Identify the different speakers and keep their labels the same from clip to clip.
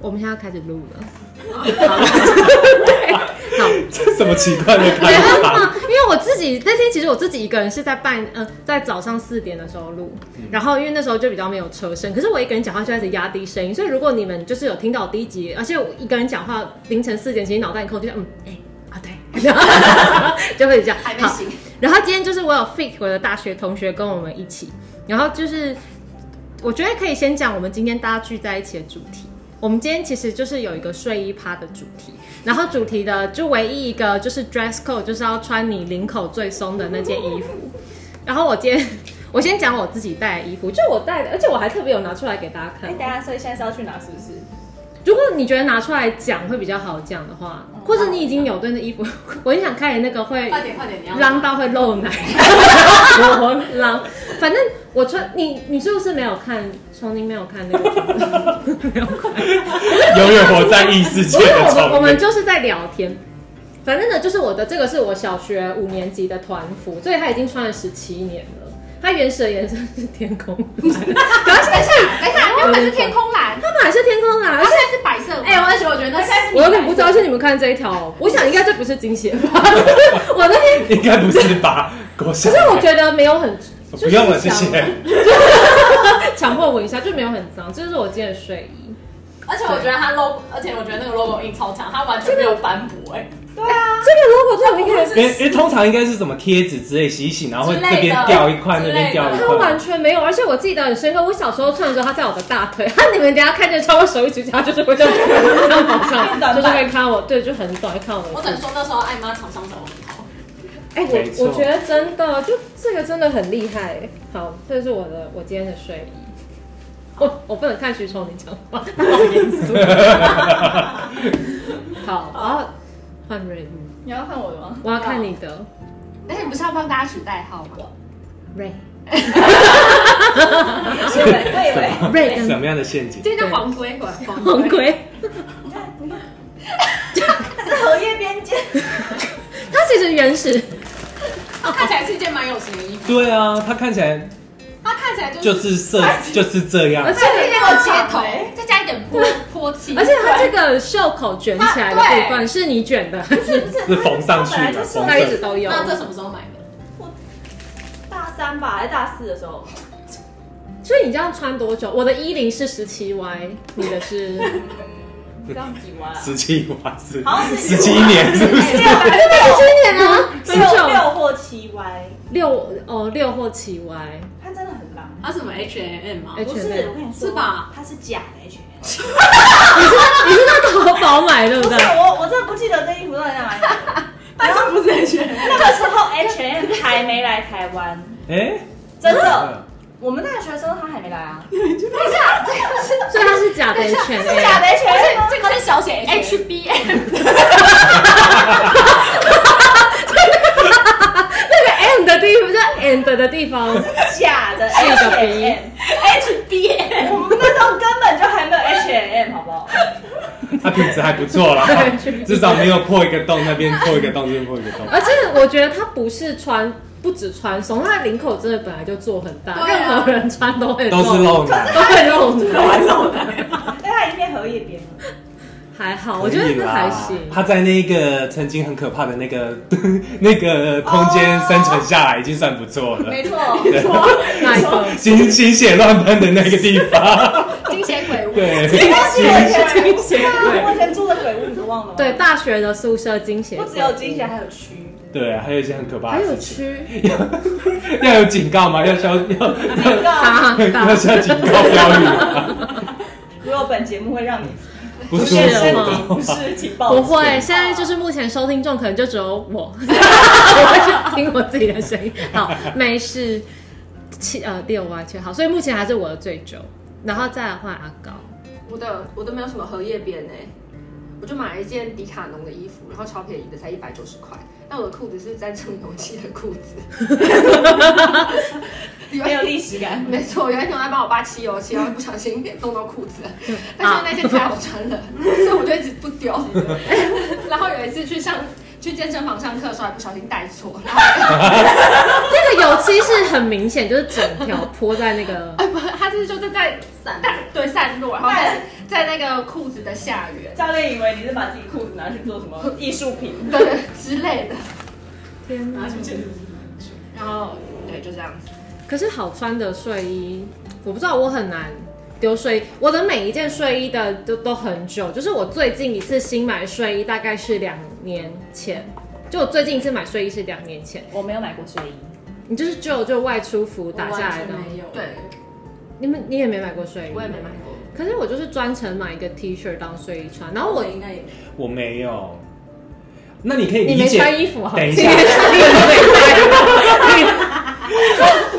Speaker 1: 我们现在要开始录了。
Speaker 2: 这什么奇怪的
Speaker 1: 对
Speaker 2: 开场？
Speaker 1: 因为我自己那天其实我自己一个人是在半嗯、在早上四点的时候录，然后因为那时候就比较没有车声，可是我一个人讲话就开始压低声音，所以如果你们就是有听到第一集，而且我一个人讲话凌晨四点，其实脑袋一空就像嗯哎、啊对， 然后就会这样
Speaker 3: 还没
Speaker 1: 好
Speaker 3: 醒，
Speaker 1: 然后今天就是我有 fit 我的大学同学跟我们一起，然后就是我觉得可以先讲我们今天大家聚在一起的主题。我们今天其实就是有一个睡衣趴的主题，然后主题的就唯一一个就是 dress code，就是要穿你领口最松的那件衣服。然后我今天我先讲我自己带的衣服，就我带的，而且我还特别有拿出来给大家看
Speaker 3: 哎，。等一下，所以现在是要去哪？是不是？
Speaker 1: 如果你觉得拿出来讲会比较好讲的话，或者你已经有对那衣服，我很想看你那个会
Speaker 3: 快点，快点，你要
Speaker 1: 浪到会露奶，我浪，反正我穿你，你是不是没有看？从你没有看那个节目，没有看。
Speaker 2: 永远活在 异世界
Speaker 1: 不是
Speaker 2: 的
Speaker 1: 我们，我
Speaker 2: 丛
Speaker 1: 们
Speaker 2: 林。
Speaker 1: 就是在聊天。反正呢，就是我的这个是我小学五年级的团服，所以它已经穿了十七年了。它原始的颜色是天空蓝，
Speaker 3: 等一下，等一下，原本是天空蓝，
Speaker 1: 它本来是天空蓝，
Speaker 3: 它
Speaker 1: 而且
Speaker 3: 现在是白色。哎，我而且我觉得现在是
Speaker 1: 我有点不知道，而且你们看这一条哦，我想应该这不是惊喜吧？我那天，
Speaker 2: 应该不是吧？可是
Speaker 1: 可是我觉得没有很， 就是
Speaker 2: 不用了，谢
Speaker 1: 想
Speaker 2: 谢。
Speaker 1: 强迫我一下，就没有很脏，这就是我今天的睡衣。
Speaker 3: 而且我觉得它 logo，而且我觉得那个 logo 印超强，它完全没有斑驳。哎，对
Speaker 1: 这
Speaker 3: 啊，
Speaker 1: 个 logo 最有
Speaker 3: 不
Speaker 1: 印
Speaker 3: 是
Speaker 2: 因为因为通常应该是什么贴纸之类洗一洗，然后会
Speaker 3: 之类的
Speaker 2: 这边掉一块，那边掉一
Speaker 3: 之类
Speaker 1: 它完
Speaker 2: 块。
Speaker 1: 全没有，而且我记得很深刻，我小时候穿的时候，它在我的大腿。 哈，你们等一下看见超过手一举起，它就是会这样这样往
Speaker 3: 很
Speaker 1: 上，
Speaker 3: 短
Speaker 1: 就是会
Speaker 3: 版
Speaker 1: 看到我，对，就很短，会看到我
Speaker 3: 我
Speaker 1: 的
Speaker 3: 只
Speaker 1: 腿
Speaker 3: 能。说那时候艾妈厂商手很好。
Speaker 1: 哎、我
Speaker 2: 没错
Speaker 1: 我觉得真的，就这个真的很厉害。好，这就是我的我今天的睡衣。我我不能看徐崇你讲话，他好严肃。 好，然后换瑞露，
Speaker 3: 哦你要看我的吗
Speaker 1: 我要看。你的
Speaker 3: 但哎是你不是要帮大家取代号吗？
Speaker 1: 瑞
Speaker 3: 是啊瑞瑞瑞，
Speaker 1: 瑞
Speaker 2: 什
Speaker 1: 跟
Speaker 2: 么样的陷阱？
Speaker 3: 这叫黄龟，黄
Speaker 1: 红
Speaker 3: 龟。
Speaker 1: 龟。
Speaker 3: 是荷叶边界，
Speaker 1: 它其实原始
Speaker 3: 它看起来是一件蛮有型的衣服。
Speaker 2: 对啊，它看起来
Speaker 3: 它看起来就
Speaker 2: 就是是色，就是这样
Speaker 1: 而。且
Speaker 3: 它是那种街头，再加一点泼泼漆，
Speaker 1: 而且它这个袖口卷起来的部分是你卷的，还 是
Speaker 2: 是缝上去的，缝
Speaker 1: 它一直
Speaker 2: 上。
Speaker 1: 都有？
Speaker 3: 那这什么时候买的？
Speaker 4: 大三吧，还是大四的时候，
Speaker 1: 所以你这样穿多久？我的衣领是十七 Y，你的 是？
Speaker 4: 这样几弯啊？
Speaker 2: 十七瓦斯
Speaker 4: 好，像
Speaker 2: 十
Speaker 4: 是
Speaker 2: 七年是不是？
Speaker 4: 六
Speaker 1: 啊今年啊，很
Speaker 4: 六
Speaker 1: 久，
Speaker 4: 六或七歪，
Speaker 1: 六哦六或七 Y，
Speaker 4: 它真的很浪。
Speaker 3: 它是什么 H M 啊吗？
Speaker 1: H&M
Speaker 4: 不是，我跟你说，
Speaker 3: 是吧？
Speaker 4: 它是假的 H M。
Speaker 1: 你是在淘宝买对不
Speaker 4: 不是
Speaker 1: 对？
Speaker 4: 我，我真的不记得这衣服到底在哪里买的。
Speaker 3: 但是不是 H M？
Speaker 4: 那个时候 H M 还没来台湾，
Speaker 2: 哎，
Speaker 4: 真的。我们大学的时候他还没来啊，
Speaker 1: 所以它是假的 H&M H
Speaker 4: 是假
Speaker 1: M，
Speaker 4: 的 H
Speaker 3: 而且
Speaker 4: M。
Speaker 3: 这个是小写
Speaker 4: 哎
Speaker 3: H B M，
Speaker 1: 那个 M 的地方叫 end 的地方，
Speaker 4: 假的
Speaker 1: 是一
Speaker 4: H
Speaker 1: 个
Speaker 4: M，
Speaker 3: H B M，
Speaker 4: 我们那时候根本就还没有 H M，好不好？
Speaker 2: 它品质还不错啦
Speaker 1: 对，
Speaker 2: 至少没有破一个洞，那边破一个洞，这边破一个洞。
Speaker 1: 而且我觉得它不是穿。不止穿松，它的领口真的本来就做很大，
Speaker 3: 对啊
Speaker 1: 任何人穿都会
Speaker 2: 都是
Speaker 1: 露，
Speaker 2: 漏 奶，
Speaker 1: 都会露奶。
Speaker 4: 但它已经变荷叶边了。
Speaker 1: 还好，我觉得这还行。
Speaker 2: 他在那个曾经很可怕的那个 那个空间生存下来，已经算不错了。
Speaker 4: 没错，
Speaker 2: 对
Speaker 1: 那一 个
Speaker 2: 心心血乱喷的那个地方，
Speaker 3: 惊险鬼屋。
Speaker 2: 对，
Speaker 4: 是
Speaker 1: 惊险
Speaker 4: 对啊我
Speaker 1: 鬼，
Speaker 4: 以前住的鬼屋，你都忘了吗？
Speaker 1: 对，，大学的宿舍惊险
Speaker 4: 不
Speaker 1: 鬼，
Speaker 4: 只有金钱，还有区。
Speaker 2: 对，还有一些很可怕
Speaker 1: 还
Speaker 2: 的
Speaker 1: 有
Speaker 2: 事情。
Speaker 1: 区
Speaker 2: 要有警告吗？要消要
Speaker 4: 警 告：
Speaker 1: 大
Speaker 2: 要
Speaker 1: 大，
Speaker 2: 下警告标语吗？
Speaker 4: 如果本节目会让你
Speaker 2: 不
Speaker 4: 不
Speaker 2: 舒
Speaker 4: 是身
Speaker 2: 服
Speaker 4: 体
Speaker 2: 的。
Speaker 1: 哦
Speaker 4: 不适，请报
Speaker 1: 不
Speaker 4: 警。
Speaker 1: 会。现在就是目前收听众可能就只有 我，我会去听我自己的声音。好，没事，七呃六啊七好，所以目前还是我的最久，然后再来换阿高。
Speaker 3: 我的我都没有什么荷叶边呢、我就买了一件迪卡侬的衣服，然后超便宜的，才一百九十块。但我的裤子是沾上油漆的裤子，
Speaker 4: 没有历史感。
Speaker 3: 没错，有一天我在帮我爸漆油漆，然后不小心弄到 裤子了， 但是那件太好穿了，所以我就一直不丢。然后有一次去上
Speaker 5: 去健身房上课的时候还不小心带错，然后
Speaker 1: 那个油漆是很明显，就是整条泼在那个
Speaker 5: 哎不，他是就是在
Speaker 4: 散
Speaker 5: 带对散落，然后在在那个裤子的下缘，
Speaker 4: 教练以为你是把自己裤子拿去做什么艺术品，
Speaker 5: 对之类的，
Speaker 1: 天
Speaker 5: 然后就然后对就这样子，
Speaker 1: 可是好穿的睡衣，我不知道，我很难丢睡衣。我的每一件睡衣的都都很久，就是我最近一次新买睡衣大概是两年前，就我最近一次买睡衣是两年前。
Speaker 3: 我没有买过睡衣，
Speaker 1: 你就是就就外出服打下来的，
Speaker 3: 有
Speaker 5: 对
Speaker 1: 你们你也没买过睡衣
Speaker 5: 我，也没买过。
Speaker 1: 可是我就是专程买一个 T 恤当睡衣穿，然后我
Speaker 3: 应该也
Speaker 2: 我没有。那你可以
Speaker 1: 你
Speaker 2: 理
Speaker 1: 没
Speaker 2: 解，
Speaker 1: 穿衣服啊？
Speaker 2: 等一下
Speaker 1: 你没穿衣服，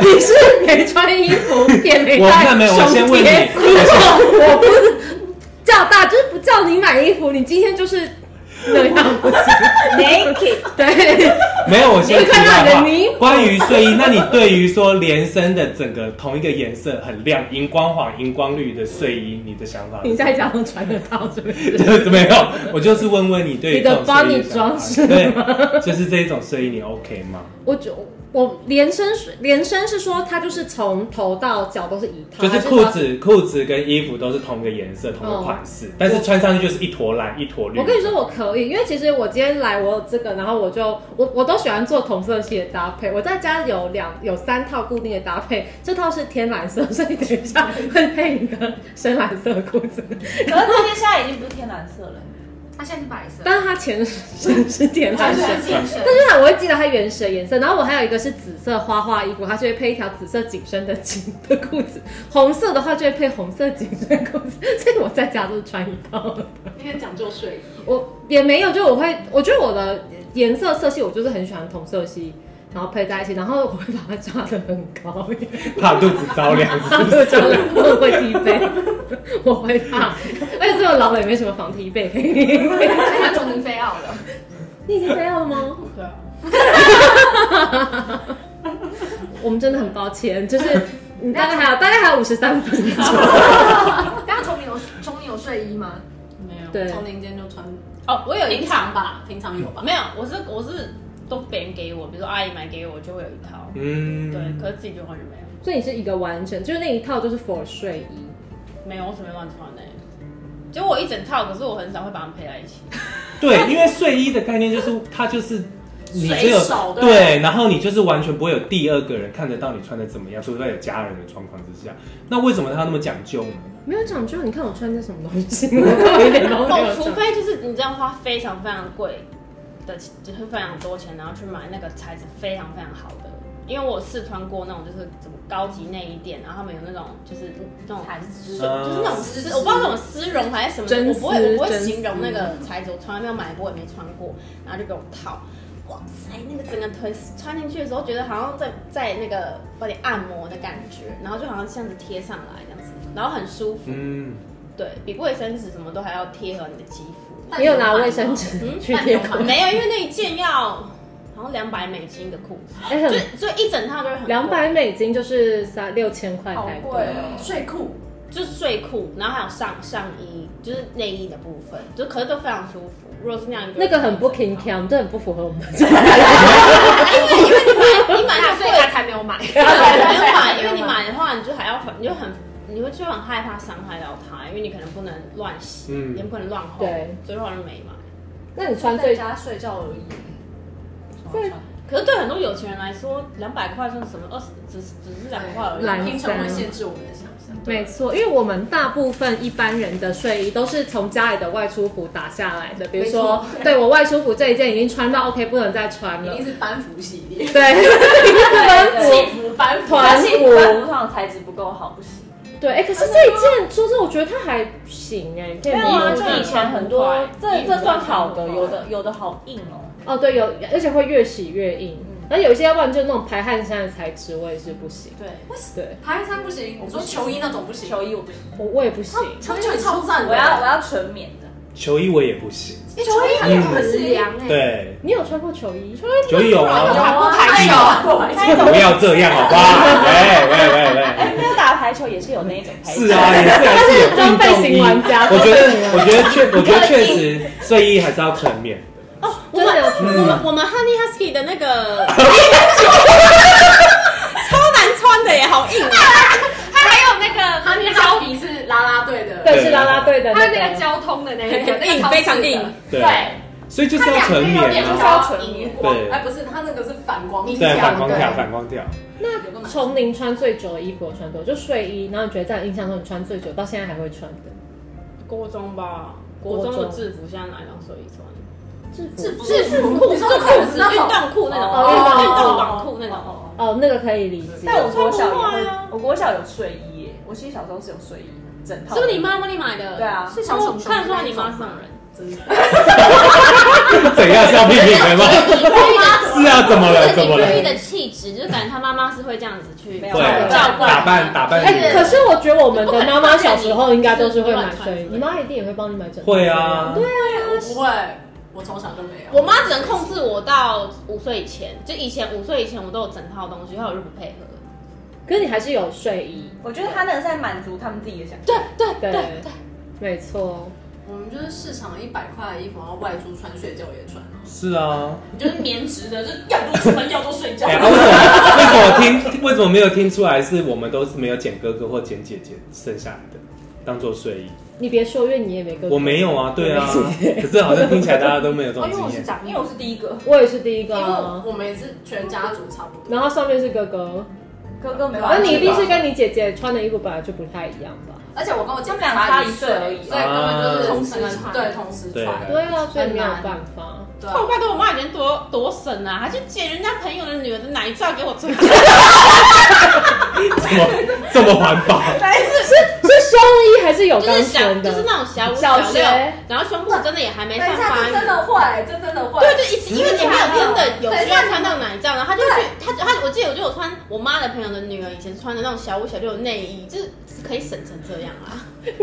Speaker 1: 你你是没穿衣服，也没
Speaker 2: 我
Speaker 1: 带
Speaker 2: 那没有我先问
Speaker 1: 胸
Speaker 2: 你
Speaker 1: 贴 我不是叫大，就是不叫你买衣服，你今天就是那样不行。
Speaker 3: naked，
Speaker 1: 对，
Speaker 2: 没有，我先
Speaker 1: 你看到你的
Speaker 2: 题外话
Speaker 1: 泥
Speaker 2: 关于睡衣，那你对于说连身的整个同一个颜色很亮，荧光黄、荧光绿的睡衣，你的想法是
Speaker 1: 你
Speaker 2: 什么？
Speaker 1: 在讲我穿得到是不是？
Speaker 2: 就是 没有，我就是问问你对于
Speaker 1: 你的
Speaker 2: 这种睡衣
Speaker 1: Bonnie
Speaker 2: 想法
Speaker 1: 装饰
Speaker 2: 对，就是这一种睡衣你 OK 吗？
Speaker 1: 我就我连身是连身是说它就是从头到脚都是一套，
Speaker 2: 就是
Speaker 1: 还
Speaker 2: 裤
Speaker 1: 说。
Speaker 2: 子、裤子跟衣服都是同一个颜色、同一个款式，但是穿上去就是一坨蓝、一坨绿。
Speaker 1: 哦我跟你说，我可以，因为其实我今天来，我有这个，然后我就我我都喜欢做同色系的搭配。我在家有两有三套固定的搭配，这套是天蓝色，所以等一下会配一个深蓝色的裤子，
Speaker 4: 可是这件现在已经不是天蓝色了，
Speaker 5: 它现在是白色，
Speaker 1: 但是它前身是天蓝
Speaker 5: 完
Speaker 1: 色。
Speaker 5: 全健身
Speaker 1: 但是我会记得它原始的颜色，然后我还有一个是紫色花花衣服，它就会配一条紫色紧身的紧的裤子，红色的话就会配红色紧身裤子，所以我在家都是穿一套的。
Speaker 3: 今天讲究睡衣，
Speaker 1: 我也没有，就我会，我觉得我的颜色色系，我就是很喜欢同色系，然后配在一起，然后我会把它抓得很高，
Speaker 2: 怕肚子着凉是不是？
Speaker 1: 抓得我会踢背， 我会怕，而且这种老了也没什么防踢背。
Speaker 5: 现在终于飞奥了，
Speaker 1: 你已经飞了吗？
Speaker 3: 对啊，
Speaker 1: 我们真的很抱歉， 就是你大概还有大概还有五十三分钟，
Speaker 5: 大家丛林有丛林有睡衣吗？
Speaker 3: 没有，
Speaker 1: 对
Speaker 3: 从林间就穿，
Speaker 6: 哦，我有一
Speaker 3: 平
Speaker 6: 套
Speaker 3: 常吧，平常有吧，
Speaker 6: 没有，我是我是都别人给我，比如说阿姨买给我，就会有一套。
Speaker 2: 嗯，
Speaker 6: 对，可是自己就完全没有，
Speaker 1: 所以你是一个完整，就是那一套就是 for 睡衣，
Speaker 6: 没有，我是没乱穿的、就我一整套，可是我很少会把它们配在一起。
Speaker 2: 对，因为睡衣的概念就是它就是。你只有
Speaker 3: 随手对
Speaker 2: 对，然后你就是完全不会有第二个人看得到你穿的怎么样，除非在有家人的状况之下。那为什么他那么讲究呢？
Speaker 1: 没有讲究。你看我穿的什么东 西，我有点都没
Speaker 6: 哦
Speaker 1: 有，
Speaker 6: 除
Speaker 1: 穿。
Speaker 6: 非就是你这样花非常非常贵的，就是非常多钱，然后去买那个材质非常非常好的。因为我试穿过那种就是怎么高级内衣店，然后他们有那种就是那种
Speaker 3: 材质
Speaker 6: 就就是那种丝，我不知道那种丝绒还是什么
Speaker 1: 真
Speaker 6: 的，我不会
Speaker 1: 丝
Speaker 6: 我不会
Speaker 1: 真
Speaker 6: 形容
Speaker 1: 丝
Speaker 6: 那个材质，我从来没有买过，也没穿过，然后就给我套。哇塞，那个整个腿穿进去的时候，觉得好像在在那个有点按摩的感觉，然后就好像这样子贴上来这样子，然后很舒服，
Speaker 2: 嗯，
Speaker 6: 对比卫生纸什么都还要贴合你的肌肤。
Speaker 1: 你有拿卫生 纸去
Speaker 6: 但
Speaker 1: 贴
Speaker 6: 有吗
Speaker 1: 口
Speaker 6: 没有，因为那一件要好像两百美金的裤子，
Speaker 1: 哎、很
Speaker 6: 就所以一整套就是很贵
Speaker 1: 两，百美金就是三六千块
Speaker 4: 好
Speaker 1: 台币。
Speaker 4: 贵哦。
Speaker 3: 睡裤，
Speaker 6: 就是睡裤，然后还有上上衣，就是内衣的部分，就可是都非常舒服。如果是那样，你就
Speaker 1: 那个很不
Speaker 6: 会觉
Speaker 1: king
Speaker 6: 得
Speaker 1: cam，这很不符合我们。
Speaker 6: 因为因为你买你买
Speaker 5: 那
Speaker 6: 太
Speaker 5: 所
Speaker 6: 贵
Speaker 5: 以
Speaker 6: 了，
Speaker 5: 他才没有买。
Speaker 6: 对，没有买，因为你买的话，你就还要很，你就很，你会就很害怕伤害到它，因为你可能不能乱洗，
Speaker 2: 嗯
Speaker 6: 也不能乱烘，
Speaker 1: 对，
Speaker 6: 所以后来就没买。
Speaker 1: 那你穿最
Speaker 3: 家睡觉而已。
Speaker 6: 可是对很多有钱人来说，两百块算什么？二十只是只是两块而已。
Speaker 1: 懒
Speaker 3: 贫穷会限制我们的想象。
Speaker 1: 没错，因为我们大部分一般人的睡衣都是从家里的外出服打下来的，比如说，对我外出服这一件已经穿到 OK 不能再穿
Speaker 3: 一
Speaker 1: 了
Speaker 3: 定，是班服系列，
Speaker 1: 对，
Speaker 3: 幸福班服，
Speaker 1: 团
Speaker 4: 但是服
Speaker 1: 服，
Speaker 4: 上材质不够好，不行。
Speaker 1: 对，哎，可是这一件，说真的，我觉得它还行哎，可以
Speaker 4: 没有
Speaker 1: 理
Speaker 4: 啊，
Speaker 1: 解
Speaker 4: 就以前很多，这这算好的，有的有的好硬哦。
Speaker 1: 哦，对，有，而且会越洗越硬，而有一些要不然就那种排汗衫的材质，我也是不行，
Speaker 4: 对，
Speaker 6: 哎
Speaker 1: 对
Speaker 3: 排衫不行，我说球衣那种不行，
Speaker 4: 球衣我不行，
Speaker 1: 我我也不行，
Speaker 3: 球衣超赞的，
Speaker 4: 我要我要纯棉的。
Speaker 2: 球衣我也不行。
Speaker 5: 哎球衣很很凉
Speaker 6: 嗯
Speaker 5: 哎，
Speaker 2: 嗯对，
Speaker 1: 你有穿过球衣？
Speaker 2: 球衣有
Speaker 5: 我
Speaker 2: 啊，
Speaker 5: 还不排球，
Speaker 2: 不要这样好不好？喂喂喂喂。
Speaker 4: 哎，那打排球也是有那一种排球。
Speaker 2: 是啊，也是还是有
Speaker 1: 装
Speaker 2: 运
Speaker 1: 备
Speaker 2: 动
Speaker 1: 型
Speaker 2: 衣。
Speaker 1: 玩家
Speaker 2: 我觉得，我觉得确，我觉得确实睡衣还是要纯棉的。
Speaker 6: 我我们我
Speaker 2: 嗯
Speaker 6: 们我们 Honey Husky 的那个超难穿的耶，好硬啊！
Speaker 5: 它还有那个
Speaker 3: 他那胶皮是啦啦队的，
Speaker 1: 对，是啦啦队的
Speaker 5: 还
Speaker 1: 那
Speaker 5: 有那个
Speaker 1: 个。
Speaker 5: 交通的那一个，那个
Speaker 6: 硬
Speaker 5: 超市的
Speaker 6: 非常硬，
Speaker 2: 对
Speaker 3: 对，
Speaker 2: 所以就是要纯棉
Speaker 3: 就是
Speaker 2: 啊，
Speaker 3: 要荧光
Speaker 2: 对，
Speaker 3: 哎，不是，他那个是反光
Speaker 5: 对
Speaker 2: 对，反光
Speaker 5: 对
Speaker 2: 条，反光条，
Speaker 3: 有个
Speaker 1: 从零穿最久的衣服有穿多久？就睡衣，然后你觉得在你印象中你穿最久，到现在还会穿的
Speaker 6: 国中吧，
Speaker 1: 国
Speaker 6: 国
Speaker 1: 中
Speaker 6: 中的制服现在哪一种睡衣穿？
Speaker 1: 制服？
Speaker 3: 制服
Speaker 6: 制服裤，
Speaker 3: 你
Speaker 6: 就
Speaker 3: 说
Speaker 6: 裤子、
Speaker 3: 那种
Speaker 6: 运动裤那种，
Speaker 1: 哦运动裤
Speaker 6: 运动短裤那种。
Speaker 3: 哦
Speaker 1: 哦，那个可以理解。
Speaker 4: 但我国小也
Speaker 6: 我穿
Speaker 4: 会
Speaker 6: 不坏啊，
Speaker 4: 我国小有睡衣耶，我其实小时候是有睡衣的整套
Speaker 6: 是
Speaker 4: 的。
Speaker 6: 不是你妈帮你买的？
Speaker 4: 哦对啊
Speaker 5: 是小
Speaker 6: 我
Speaker 5: 熊熊
Speaker 6: 看得出来
Speaker 5: 那
Speaker 6: 你
Speaker 5: 一
Speaker 6: 妈
Speaker 5: 种
Speaker 6: 是那种人。
Speaker 3: 真的，
Speaker 2: 怎样是要批评的吗？是啊，怎么了？
Speaker 6: 就是
Speaker 2: 怎
Speaker 6: 你
Speaker 2: 么了
Speaker 6: 故？意的气质，就是感觉她妈妈是会这样子去
Speaker 4: 没有
Speaker 2: 对
Speaker 4: 照，
Speaker 6: 照顾
Speaker 2: 打扮打扮
Speaker 1: 哎、
Speaker 2: 女
Speaker 1: 可
Speaker 2: 人，
Speaker 1: 是我觉得我们的妈妈小时候应该都是会买睡衣，你妈一定也会帮你买整套。
Speaker 2: 会啊，
Speaker 1: 对，
Speaker 3: 我不会，我从小就没有。
Speaker 6: 我妈只能控制我到五岁以前，就以前五岁以前我都有整套东西，后来我就不配合。
Speaker 1: 可是你还是有睡衣，
Speaker 4: 我觉得他那个是在满足他们自己的想象。
Speaker 3: 对对
Speaker 1: 对，没错。
Speaker 3: 我们就是市场一百块的衣服，然后外出穿，睡觉也穿，
Speaker 2: 是啊。
Speaker 3: 就是棉质的，就是要多出门，要多睡觉
Speaker 2: 哎、。啊为什么？为什么听？为什么没有听出来？是我们都是没有剪哥哥或剪姐姐剩下来的，当做睡衣。
Speaker 1: 你别说，因为你也没跟
Speaker 2: 我没有啊，对啊。 可是好像听起来大家都没有这
Speaker 5: 哦因
Speaker 2: 种
Speaker 5: 为
Speaker 2: 经
Speaker 5: 我是
Speaker 2: 验。
Speaker 5: 长，
Speaker 4: 因为我是第一个，
Speaker 1: 我也是第一个
Speaker 3: 因为
Speaker 1: 啊。
Speaker 3: 我们也是全家族差不多。
Speaker 1: 然后上面是哥哥，
Speaker 4: 哥哥没有。
Speaker 1: 那你一定是
Speaker 4: 跟
Speaker 1: 跟你姐姐穿的衣服本来就不太一样吧？
Speaker 3: 而且我跟我姐
Speaker 4: 他们俩差一岁而已
Speaker 3: 所以根本就
Speaker 2: 啊
Speaker 3: 是同时穿，对，同时
Speaker 2: 对
Speaker 6: 哎
Speaker 1: 对啊，
Speaker 3: 穿，
Speaker 1: 所以没有办 法。
Speaker 3: 对啊
Speaker 6: 我拜托我妈以前多多省啊，还去借人家朋友的女儿的奶罩给我穿，
Speaker 2: 怎么这么环保？
Speaker 1: 是是胸衣还是有
Speaker 6: 就是
Speaker 1: 钢
Speaker 6: 小
Speaker 1: 圈
Speaker 6: 就是
Speaker 1: 的？
Speaker 6: 那种小五
Speaker 1: 小
Speaker 6: 六
Speaker 1: 学，
Speaker 6: 然后胸部真的也还没上
Speaker 3: 这
Speaker 6: 发育。
Speaker 3: 会，这真的会
Speaker 6: 对，就一直因为你没有真的有
Speaker 3: 等一
Speaker 6: 需
Speaker 3: 下
Speaker 6: 要穿到奶罩，然后她就去，她就她，我记得我就有穿我妈的朋友的女儿以前穿的那种小五小六的内衣，就是可以省成这样啊。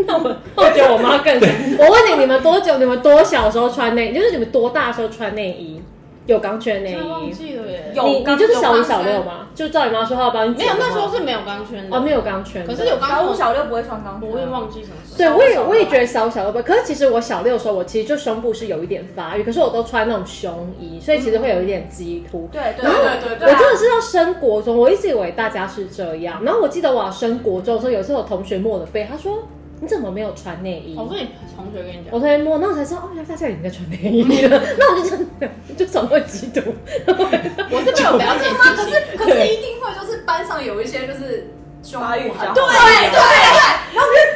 Speaker 1: 那我那我觉得我妈更。我问你，你们多久？你们多小时候穿内？就是你们多大时候穿内衣？有钢圈内
Speaker 6: 真的忘
Speaker 1: 衣？
Speaker 6: 记了耶，
Speaker 4: 有
Speaker 1: 你你就是小五
Speaker 4: 有钢圈
Speaker 1: 小六吗？就照你妈说她要帮你
Speaker 6: 没
Speaker 1: 剪
Speaker 6: 有
Speaker 1: 的吗
Speaker 6: 那时候是没有钢圈的
Speaker 1: 哦没有，钢圈的，
Speaker 6: 可是有钢
Speaker 4: 小
Speaker 6: 圈
Speaker 4: 五
Speaker 6: 我，
Speaker 4: 小六不会穿钢圈，
Speaker 6: 我也忘记什么时候。
Speaker 1: 对，我也
Speaker 4: 小六
Speaker 1: 我也觉得小五小六不，可是其实我小六的时候，我其实就胸部是有一点发育，可是我都穿那种胸衣，所以其实会有一点肌凸。
Speaker 4: 对对
Speaker 3: 对对对对
Speaker 1: 我真的是要升国中，我一直以为大家是这样。然后我记得我要升国中的时候，有一次我同学摸我的背，他说：“你怎么没有穿内衣？”
Speaker 6: 我说你同学跟你讲，
Speaker 1: 我同学摸，那我才知道哦，原来大家已经在穿内衣了。那我就真的就怎么会嫉妒？
Speaker 6: 我是被我表姐
Speaker 3: 妈可
Speaker 6: 提醒。
Speaker 3: 是可是一定会，就是班上有一些就是胸部
Speaker 4: 发育
Speaker 3: 很
Speaker 4: 比较好
Speaker 3: 对
Speaker 4: 对
Speaker 3: 对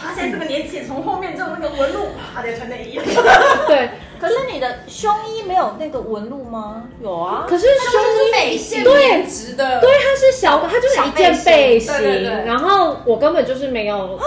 Speaker 4: 他现在这个年纪，从后面就有那个纹路，他在穿内衣。
Speaker 1: 对，
Speaker 4: 可是你的胸衣没有那个纹路吗？有啊，
Speaker 1: 可是胸
Speaker 3: 对，
Speaker 1: 衣
Speaker 3: 背线
Speaker 1: 对
Speaker 3: 棉质的，
Speaker 1: 对，它是小，它就是一件背心，
Speaker 3: 小背心对对对
Speaker 1: 然后我根本就是没有，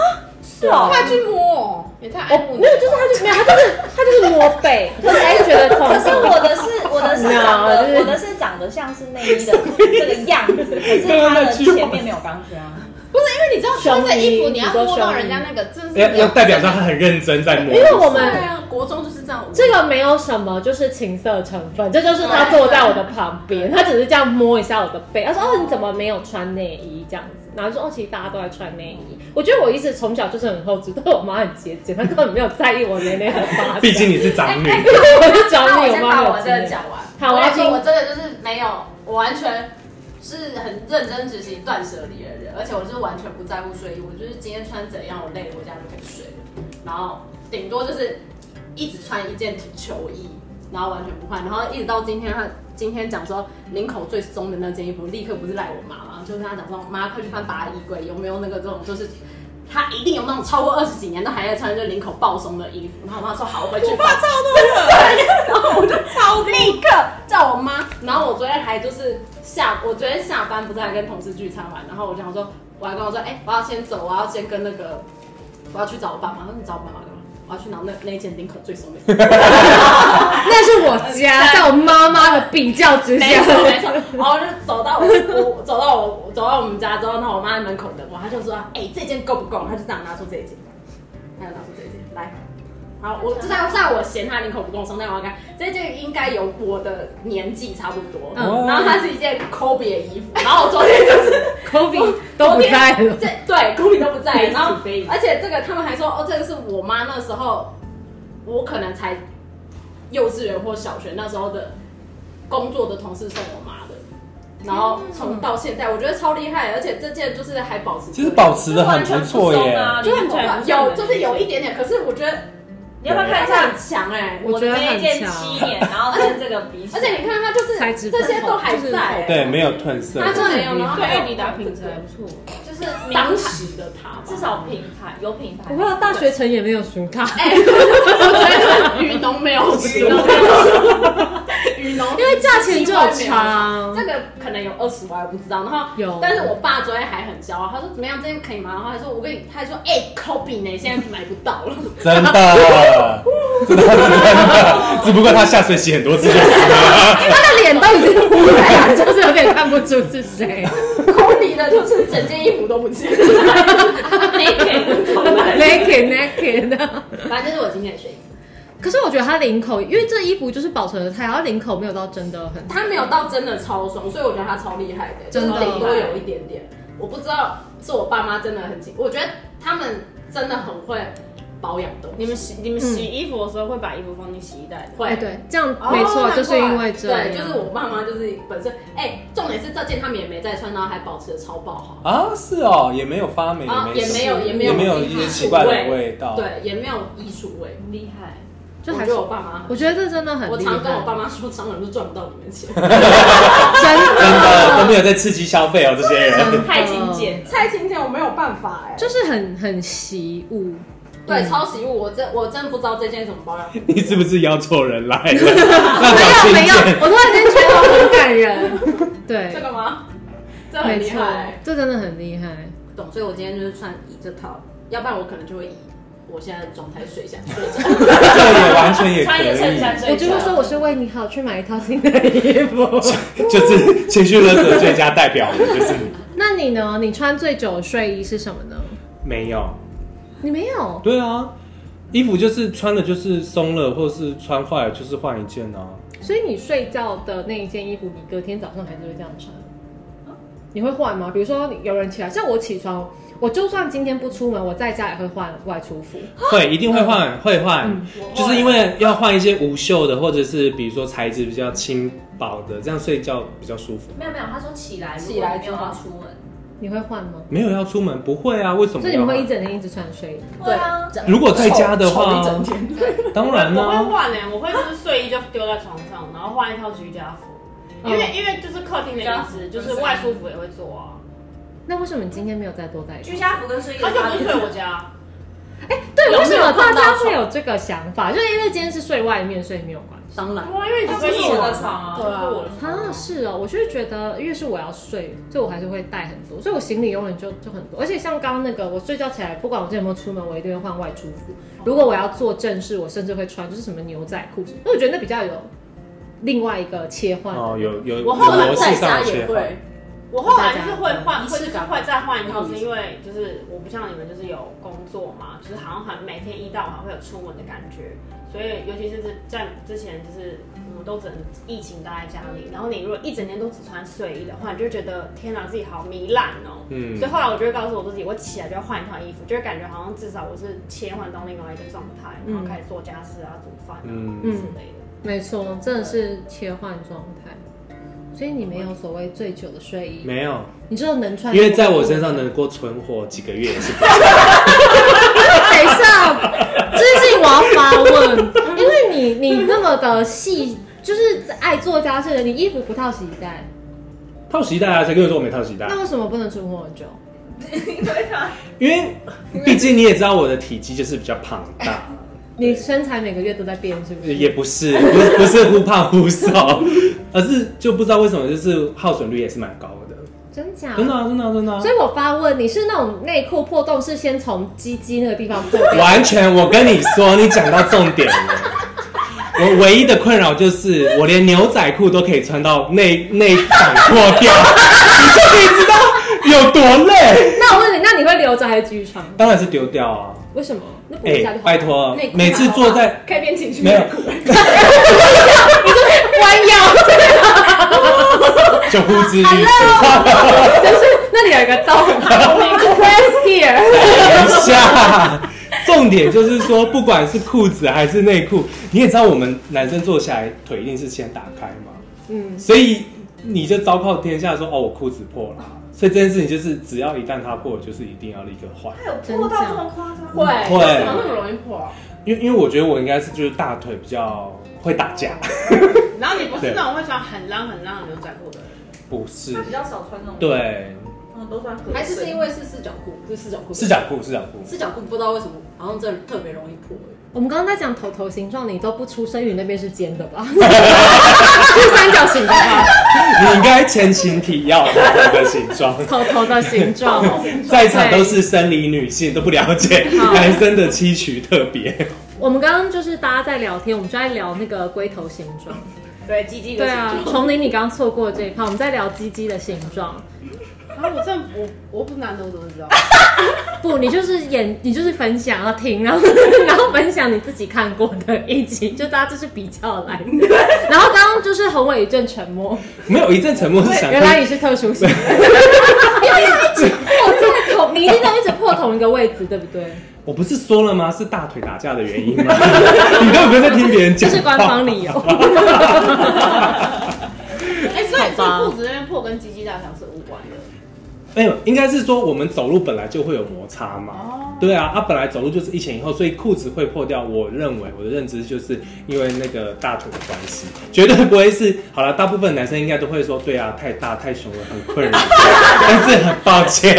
Speaker 4: 是哦。
Speaker 3: 啊
Speaker 6: 快去摸，也太爱
Speaker 1: 我
Speaker 6: 慕
Speaker 1: 哦没
Speaker 3: 哦
Speaker 1: 有，就是它就没有，它就是它就是摸背，我才觉得痛苦。
Speaker 4: 可是我的是我的是长
Speaker 1: No，就是
Speaker 4: 得我的是长得像是内衣的这个样子，可是它的前面没有钢圈啊。
Speaker 6: 不是因为你知道穿着衣服你要摸到人家那个，真的
Speaker 2: 要
Speaker 6: 是
Speaker 2: 要哎代表说他很认真在摸。
Speaker 1: 因为我们
Speaker 3: 对啊，国中就是这样，
Speaker 1: 这个没有什么，就是情色成分，这就是他坐在我的旁边，他只是这样摸一下我的背，他说：“哦，你怎么没有穿内衣？”这样子，然后就说：“哦，其实大家都在穿内衣。”我觉得我一直从小就是很厚知但我妈很节俭，她根本没有在意我年龄很发展。
Speaker 2: 毕竟你是长女，
Speaker 1: 我就讲
Speaker 3: 那
Speaker 1: 你，
Speaker 3: 我
Speaker 1: 我
Speaker 3: 先
Speaker 1: 妈
Speaker 3: 把
Speaker 1: 没有
Speaker 3: 我
Speaker 1: 经
Speaker 3: 这个
Speaker 1: 验。
Speaker 3: 讲完。
Speaker 1: 好
Speaker 3: 我
Speaker 1: 我要
Speaker 3: 跟你说
Speaker 1: 听
Speaker 3: 我真的就是没有，我完全是很认真执行断舍离的人，而且我就是完全不在乎睡衣，我就是今天穿怎样，我累了回家就可以睡了，然后顶多就是一直穿一件球衣，然后完全不换，然后一直到今天他今天讲说领口最松的那件衣服，立刻不是赖我妈妈，就跟他讲说妈快去翻爸的衣柜有没有那个这种就是。他一定有那种超过二十几年都还在穿就领口爆松的衣服，然后我妈说好，我回去翻。
Speaker 6: 超多人，
Speaker 3: 然后我就
Speaker 6: 超
Speaker 3: 立刻叫我妈。然后我昨天还就是下，我昨天下班不是还跟同事聚餐完，然后我就想说，我还跟我说，哎、我要先走，我要先跟那个，我要去找我爸妈。他说你找我爸妈干嘛？我要去拿那那一件领口最松的。
Speaker 1: 那是我家，在我妈妈的比较之
Speaker 3: 没
Speaker 1: 下，
Speaker 3: 错没错，然后就走到我我走到我走到我们家之后，然后我妈在门口等我，她就说：“哎、这件够不够？”她就这样拿出这一件，她就拿出这一件来。好，我就在在我嫌她领口不够松，但我要看这件应该有我的年纪差不多。
Speaker 2: 嗯
Speaker 3: 然后它是一件 Kobe 的衣服，然后我昨天 就是。
Speaker 1: ，Kobe 都不在了。
Speaker 3: 这对公民都不在，然后
Speaker 1: 非死非死
Speaker 3: 而且这个他们还说哦，这个是我妈那时候，我可能才幼稚园或小学那时候的工作的同事送我妈的，然后从到现在，我觉得超厉害，而且这件就是还保持，
Speaker 2: 其实保持的很不错耶。
Speaker 3: 就很
Speaker 6: 完全不像
Speaker 3: 有，就是有一点点，可是我觉得
Speaker 4: 你要不要看一
Speaker 3: 它
Speaker 4: 下
Speaker 3: 很强哎、
Speaker 1: 我
Speaker 4: 我
Speaker 1: 觉
Speaker 4: 的
Speaker 1: 得
Speaker 4: 那
Speaker 1: 很
Speaker 4: 一件
Speaker 1: 强
Speaker 4: 七年，然后跟这个比起来，
Speaker 3: 而且你看它就是
Speaker 1: 材质
Speaker 3: 这些
Speaker 1: 不同
Speaker 3: 都还
Speaker 1: 就是
Speaker 3: 在、欸，
Speaker 2: 对，没有褪色。
Speaker 3: 它就没有，然后还有
Speaker 6: 对，你打品质还不错，
Speaker 4: 就是
Speaker 3: 当
Speaker 4: 名牌，
Speaker 3: 时的他吧，
Speaker 4: 至少品牌有品牌。
Speaker 1: 我不知道大学城也没有输他，
Speaker 3: 雨农没有输，雨农
Speaker 1: 因为价钱就有差啊
Speaker 3: 这个可能有二十万，我不知道。然后
Speaker 1: 有
Speaker 3: 但是我爸昨天还很骄傲，他说怎么样，这件可以吗？然后他说我跟你，他还说哎，Kobe 呢，现在买不到了。
Speaker 2: 真的， 真的是真的， 只不过他下水洗很多次就死了。
Speaker 1: 他的脸都已经糊来了，就是有点看不出是 谁。
Speaker 3: 库里的就是整件衣服都不见了，那件从来
Speaker 1: naked naked 的。
Speaker 3: 反正这是我今天的睡衣，
Speaker 1: 可是我觉得它领口，因为这衣服就是保存的太好，它领口没有到真的很。
Speaker 3: 他没有到真的超松，所以我觉得他超厉害的，
Speaker 1: 真的
Speaker 3: 就是顶多有一点点。我不知道是我爸妈真的很紧，我觉得他们真的很会保养东西。
Speaker 6: 你们洗你们洗衣服的时候会把衣服放进洗衣袋的，
Speaker 3: 会
Speaker 1: 哎，对，这样
Speaker 6: 哦
Speaker 1: 没错，就是因为这样。
Speaker 3: 对，就是我爸妈就是本身，哎、重点是这件他们也没再穿，然后还保持的超爆好，
Speaker 2: 啊，是哦，也没有发霉，
Speaker 3: 啊
Speaker 2: 也
Speaker 3: 也没有
Speaker 2: 也
Speaker 3: 也没有啊
Speaker 2: 没有一些奇怪的味道。，
Speaker 3: 对，也没有衣橱味，
Speaker 4: 厉害，
Speaker 1: 就
Speaker 3: 我
Speaker 1: 还
Speaker 3: 觉
Speaker 1: 是
Speaker 3: 得我爸妈
Speaker 1: 我
Speaker 3: 很。
Speaker 1: 觉得这真的很
Speaker 3: 我
Speaker 1: 厉
Speaker 3: 常跟我
Speaker 1: 害，
Speaker 3: 爸妈说，商人都赚不到你 们钱。
Speaker 1: 真
Speaker 2: 真的都没有在刺激消费哦，这些人。
Speaker 4: 太精简，
Speaker 3: 蔡琴姐我没有办法哎、
Speaker 1: 就是很很习物。
Speaker 3: 对，抄袭物，我真我真不知道这件怎么保养。
Speaker 2: 你是不是邀错人来了？那表情
Speaker 1: 没有
Speaker 2: 见，
Speaker 1: 我突然间觉得很感人。
Speaker 3: 这
Speaker 1: 对，
Speaker 3: 个吗？这很
Speaker 1: 没
Speaker 3: 厉
Speaker 1: 错
Speaker 3: 害，，
Speaker 1: 这真的很厉害。
Speaker 3: 懂。所以我今天就是穿以这套，要不然我可能就会以我现在的状态睡下去。
Speaker 2: 这也完全也
Speaker 4: 穿一个衬
Speaker 2: 可
Speaker 4: 衫
Speaker 1: 我
Speaker 4: 睡
Speaker 1: 就
Speaker 4: 觉。
Speaker 1: 会说我是为你好，去买一套新的衣服。
Speaker 2: 以，就是情绪勒索最佳代表人就是你。
Speaker 1: 那你呢？你穿最久的睡衣是什么呢？
Speaker 2: 没有，
Speaker 1: 你没有，
Speaker 2: 对啊，衣服就是穿了就是松了，或者是穿坏了就是换一件啊。
Speaker 1: 所以你睡觉的那一件衣服，你隔天早上还是会这样穿？你会换吗？比如说你有人起来，像我起床，我就算今天不出门，我在家也会换外出服。
Speaker 2: 会，一定会换，会换，就是因为要换一些无袖的，或者是比如说材质比较轻薄的，这样睡觉比较舒服。
Speaker 4: 没有没有，他说起来，
Speaker 3: 起来
Speaker 4: 如果你没有要出门，
Speaker 1: 你会换吗？
Speaker 2: 没有要出门，不会啊？为什么？
Speaker 1: 所以你们会一。整天一直穿睡衣？
Speaker 3: 对
Speaker 4: 啊，
Speaker 2: 如果在家的
Speaker 3: 丑
Speaker 2: 话
Speaker 3: 一，整天。
Speaker 2: 当然
Speaker 6: 我会啊
Speaker 2: 啦、
Speaker 6: 换呢、欸我会就是睡衣就丢在床上，然后换一套居家服，因
Speaker 1: 哦
Speaker 6: 为、因为就是客厅的椅子，就是外出服也会做啊。
Speaker 1: 那为什么你今天没有再多带一件
Speaker 4: 居？家服跟睡衣
Speaker 6: 而
Speaker 4: 的
Speaker 6: 且我
Speaker 4: 差
Speaker 6: 不
Speaker 4: 别
Speaker 6: 是睡我家，
Speaker 1: 对，为什么
Speaker 6: 有没
Speaker 1: 大
Speaker 6: 有碰到
Speaker 1: 家
Speaker 6: 床
Speaker 1: 会有这个想法？就是因为今天是睡外面，所以没有关系。
Speaker 3: 当 然，
Speaker 6: 啊哇，因为你
Speaker 4: 这
Speaker 6: 睡
Speaker 4: 是
Speaker 6: 一
Speaker 4: 我
Speaker 6: 楼
Speaker 4: 的床啊，
Speaker 6: 对啊，我的床
Speaker 1: 啊，是哦，我就是觉得，因为是我要睡，所以我还是会带很多，所以我行李永远就就很多。而且像刚刚那个，我睡觉起来，不管我今天有没有出门，我一定会换外出服。如果我要做正事，我甚至会穿就是什么牛仔裤，因为我觉得那比较有另外一个切换。
Speaker 2: 哦，有有有
Speaker 6: 我后来
Speaker 2: 模式
Speaker 3: 在
Speaker 2: 上
Speaker 3: 家
Speaker 2: 的
Speaker 3: 也
Speaker 2: 切换，
Speaker 3: 会。
Speaker 6: 我后来就是会换，
Speaker 3: 仪
Speaker 6: 会
Speaker 3: 式
Speaker 6: 就是
Speaker 3: 感
Speaker 6: 会再换一套，是因为就是我不像你们就是有工作嘛，就是好像很每天一到晚会有出门的感觉，所以尤其是这在之前就是我们都只能疫情待在家里，然后你如果一整天都只穿睡衣的话，你就觉得天哪自己好糜烂哦。
Speaker 2: 嗯
Speaker 6: 所以后来我就会告诉我自己，我起来就要换一套衣服，就会感觉好像至少我是切换到另外一个状态，然后开始做家事啊、煮饭啊
Speaker 2: 嗯
Speaker 6: 之类的。
Speaker 1: 没错，真的是切换状态。所以你没有所谓最久的睡衣，
Speaker 2: 没有，
Speaker 1: 你知道能穿，
Speaker 2: 因为在我身上能够存活几个月也是不错。
Speaker 1: 等一下，哎这件事情我要发问，因为你你那么的细，就是爱做家事的，你衣服不套洗衣袋，
Speaker 2: 套洗衣袋啊，谁跟你说我没套洗衣袋？
Speaker 1: 那为什么不能出门很久？
Speaker 2: 因为毕竟你也知道我的体积就是比较庞大。
Speaker 1: 你身材每个月都在变，是不是？
Speaker 2: 也不是，不是不是忽胖忽瘦， 而是就不知道为什么，就是耗损率也是蛮高的。
Speaker 1: 真假？
Speaker 2: 真的、啊，真的、啊，真的、啊
Speaker 1: 所。以我发问，你是那种内裤破洞是先从鸡鸡那个地方破掉？
Speaker 2: 完全，我跟你说，你讲到重点了。我唯一的困扰就是，我连牛仔裤都可以穿到内内掌破掉，你就可以知道有多累。
Speaker 1: 那我问你，那你会留着还是继续穿？
Speaker 2: 当然是丢掉啊！
Speaker 1: 为什么？那不
Speaker 2: 哎、
Speaker 1: 如一下就好。
Speaker 2: 拜，托
Speaker 3: 内，裤
Speaker 2: 每次坐在
Speaker 3: 可以变情绪
Speaker 2: 没有
Speaker 1: 弯腰，
Speaker 2: 就呼之欲出，
Speaker 1: 就是那里有一个洞。Where's here？
Speaker 2: 等一下，重重点就是说，不管是裤子还是内裤，你也知道我们男生坐下来腿一定是先打开嘛，
Speaker 1: 嗯，
Speaker 2: 所以你就昭告天下说哦，我裤子破了。所以这件事情就是，只要一旦它破，就是一定要立刻换。
Speaker 4: 他有破到这么夸张？
Speaker 3: 会，
Speaker 2: 会
Speaker 3: 为什么那么容易破？
Speaker 2: 因为因为我觉得我应该是就是大腿比较会打架，
Speaker 6: 然后你不
Speaker 2: 对
Speaker 6: 是那种会穿很浪很浪的牛仔裤的人，
Speaker 2: 不是
Speaker 4: 他？比较少穿那种，，
Speaker 2: 对，
Speaker 4: 嗯，都穿合
Speaker 5: 还是是因
Speaker 4: 为
Speaker 5: 为是四角裤，不是四角裤，
Speaker 2: 四角裤，四角裤。
Speaker 5: 四角裤不知道为什么好像这特别容易破。
Speaker 1: 我们刚刚在讲头头形状，你都不出生于那边是尖的吧？是三角形的吧？
Speaker 2: 你应该前情提要它的形状。
Speaker 1: 头头的形状，
Speaker 2: 在场都是生理女性，都不了解
Speaker 1: 好
Speaker 2: 男生的期许特别。
Speaker 1: 我们刚刚就是大家在聊天，我们就在聊那个龟头形状。
Speaker 3: 对，鸡鸡的
Speaker 1: 对
Speaker 3: 形状
Speaker 1: 啊，丛林，你刚刚错过这一趴，我们在聊鸡鸡的形状。
Speaker 6: 然后我真的我我不男的我怎么知道？
Speaker 1: 不，你就是演，你就是分享要听，然后然后分享你自己看过的一集，就大家就是比较来的。然后刚刚就是宏伟一阵沉默，
Speaker 2: 没有一阵沉默是想
Speaker 1: 原来你是特殊型，因为要一直破这个同，你一定都一直破同一个位置，对不对？
Speaker 2: 我不是说了吗？是大腿打架的原因 吗？你都没有在听别人
Speaker 1: 这
Speaker 2: 讲，
Speaker 1: 是官方理。由。
Speaker 6: 哎、所以
Speaker 1: 好吧
Speaker 6: 所以裤子那边破跟鸡鸡大小是无关的。
Speaker 2: 没有，应该是说我们走路本来就会有摩擦
Speaker 1: 哦
Speaker 2: 嘛。对啊，啊，本来走路就是一前一后，所以裤子会破掉。我认为我的认知就是因为那个大腿的关系，绝对不会是好了。大部分男生应该都会说，对啊，太大太雄了，很 困扰。但是很抱歉，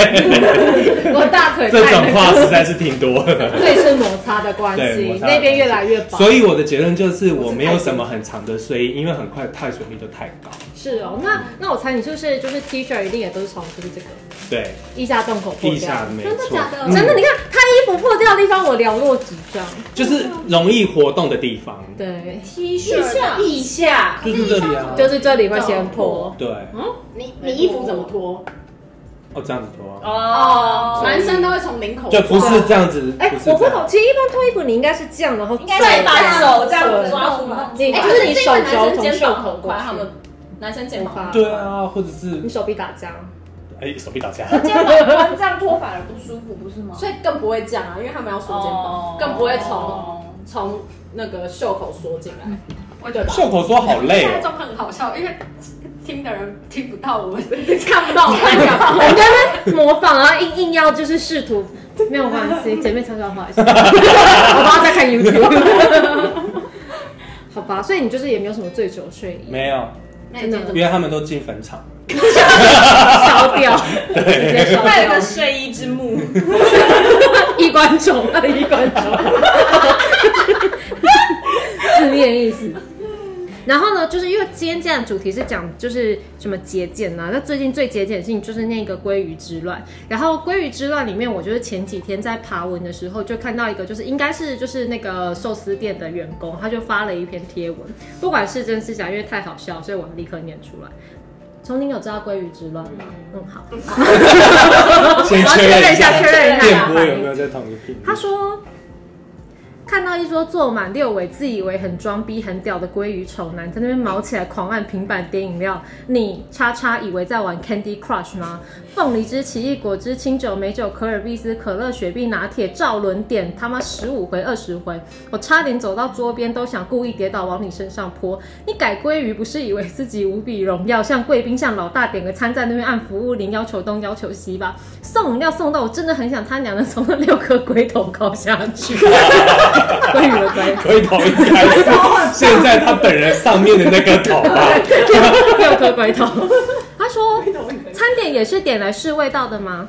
Speaker 1: 我大腿
Speaker 2: 这
Speaker 1: 太那
Speaker 2: 种
Speaker 1: 个
Speaker 2: 话实在是挺多的。
Speaker 1: 对是摩擦的关
Speaker 2: 对摩
Speaker 1: 系，
Speaker 2: 擦的
Speaker 1: 那边越来越薄。
Speaker 2: 所以我的结论就是我没有什么很长的睡衣，因为很快太水密度太高。
Speaker 1: 是哦，那那我猜你是不是就是 T 恤一定也都是从就是这个
Speaker 2: 对，
Speaker 1: 腋下洞口破掉？
Speaker 2: 腋下没
Speaker 1: 真的
Speaker 2: 错
Speaker 1: 假的？
Speaker 2: 嗯
Speaker 1: 真的，你看他衣服破掉的地方，我寥落指掌。
Speaker 2: 就是容易活动的地方，
Speaker 1: 对，
Speaker 2: 嗯
Speaker 4: T 恤的
Speaker 3: 腋下，
Speaker 2: 就是这里啊。
Speaker 1: 就是这里会先破。
Speaker 2: 对，
Speaker 6: 嗯
Speaker 3: 你你衣服怎么脱？
Speaker 2: 哦，这样子脱啊，
Speaker 3: 哦
Speaker 6: 男生都会从领口
Speaker 2: 就不是这样子，
Speaker 1: 哎、
Speaker 2: 不是
Speaker 1: 我不
Speaker 2: 这
Speaker 1: 懂，
Speaker 2: 样。
Speaker 1: 其实一般脱衣服你应该是这样，然后
Speaker 4: 应该是把手这样
Speaker 1: 对
Speaker 4: 子抓住吧，
Speaker 1: 你
Speaker 3: 啊哎，
Speaker 1: 就
Speaker 3: 可
Speaker 1: 是
Speaker 3: 是
Speaker 1: 你
Speaker 3: 你
Speaker 1: 手
Speaker 3: 手
Speaker 1: 肘
Speaker 3: 肘
Speaker 1: 从
Speaker 3: 从
Speaker 1: 袖
Speaker 3: 袖
Speaker 1: 口
Speaker 3: 口
Speaker 1: 过
Speaker 3: 宽，
Speaker 1: 去
Speaker 3: 他们男生肩膀
Speaker 2: 对啊，或者是
Speaker 1: 你手臂打架，
Speaker 2: 哎手臂打架，
Speaker 4: 肩膀宽，这样脱反而不舒服，不是
Speaker 2: 哦
Speaker 4: 吗？
Speaker 3: 所以更不会这样啊，因为他们要缩肩膀，更不会从从那个袖口缩进来，对吧？
Speaker 2: 袖口说好累
Speaker 5: 现在
Speaker 2: 哦，
Speaker 5: 状况很好笑，因为听的人听不到我们的
Speaker 3: 看不到，我看不到。
Speaker 1: 我们在那边模仿，然后硬硬要就是试图，没有关系，前面悄悄话 一下，我帮他再看 YouTube。好吧，所以你就是也没有什么醉酒睡衣，
Speaker 2: 没有，
Speaker 5: 那你今天怎
Speaker 2: 因
Speaker 5: 么
Speaker 2: 为他们都进坟场，
Speaker 1: 烧 掉，直接烧
Speaker 4: 还有
Speaker 1: 掉
Speaker 4: 个，睡衣之幕，
Speaker 1: 一观众，他的一观 众，字面意思。然后呢，就是因为今天这样的主题是讲就是什么节俭啊，那最近最节俭的事情就是那个鲑鱼之乱。然后鲑鱼之乱里面，我就是前几天在爬文的时候就看到一个，就是应该是就是那个寿司店的员工，他就发了一篇贴文，不管是真是假，因为太好笑，所以我立刻念出来。从您有知道鲑鱼之乱吗？嗯，好，
Speaker 2: 先
Speaker 1: 哦我要
Speaker 2: 确
Speaker 1: 确认
Speaker 2: 认
Speaker 1: 一下，确认一下
Speaker 2: 电
Speaker 1: 反
Speaker 2: 波有
Speaker 1: 应
Speaker 2: 没有在同一频率
Speaker 1: 他说，看到一桌坐满六尾自以为很装逼很屌的鲑鱼丑男在那边毛起来狂按平板点饮料，你叉叉以为在玩 Candy Crush 吗？凤梨汁、奇异果汁、清酒、美酒、可尔必斯、可乐、雪碧、拿铁，照轮点他妈十五回二十回，我差点走到桌边都想故意跌倒往你身上泼。你改鲑鱼不是以为自己无比荣耀，像贵宾像老大点个餐在那边按服务铃，要求东要求西吧？送饮料送到我真的很想他娘的从那六颗龟头搞下去， 鲑鱼的龟。
Speaker 2: 龟头应该 是现在他本人上面的那个头吧？
Speaker 1: 六颗龟头。他说，餐点也是点来试味道的吗？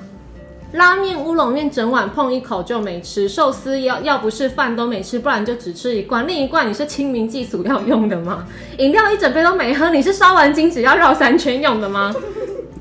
Speaker 1: 拉面、乌龙面整碗碰一口就没吃，寿司要要不是饭都没吃，不然就只吃一罐。另一罐你是清明祭祖要用的吗？饮料一整杯都没喝，你是烧完金纸要绕三圈用的吗？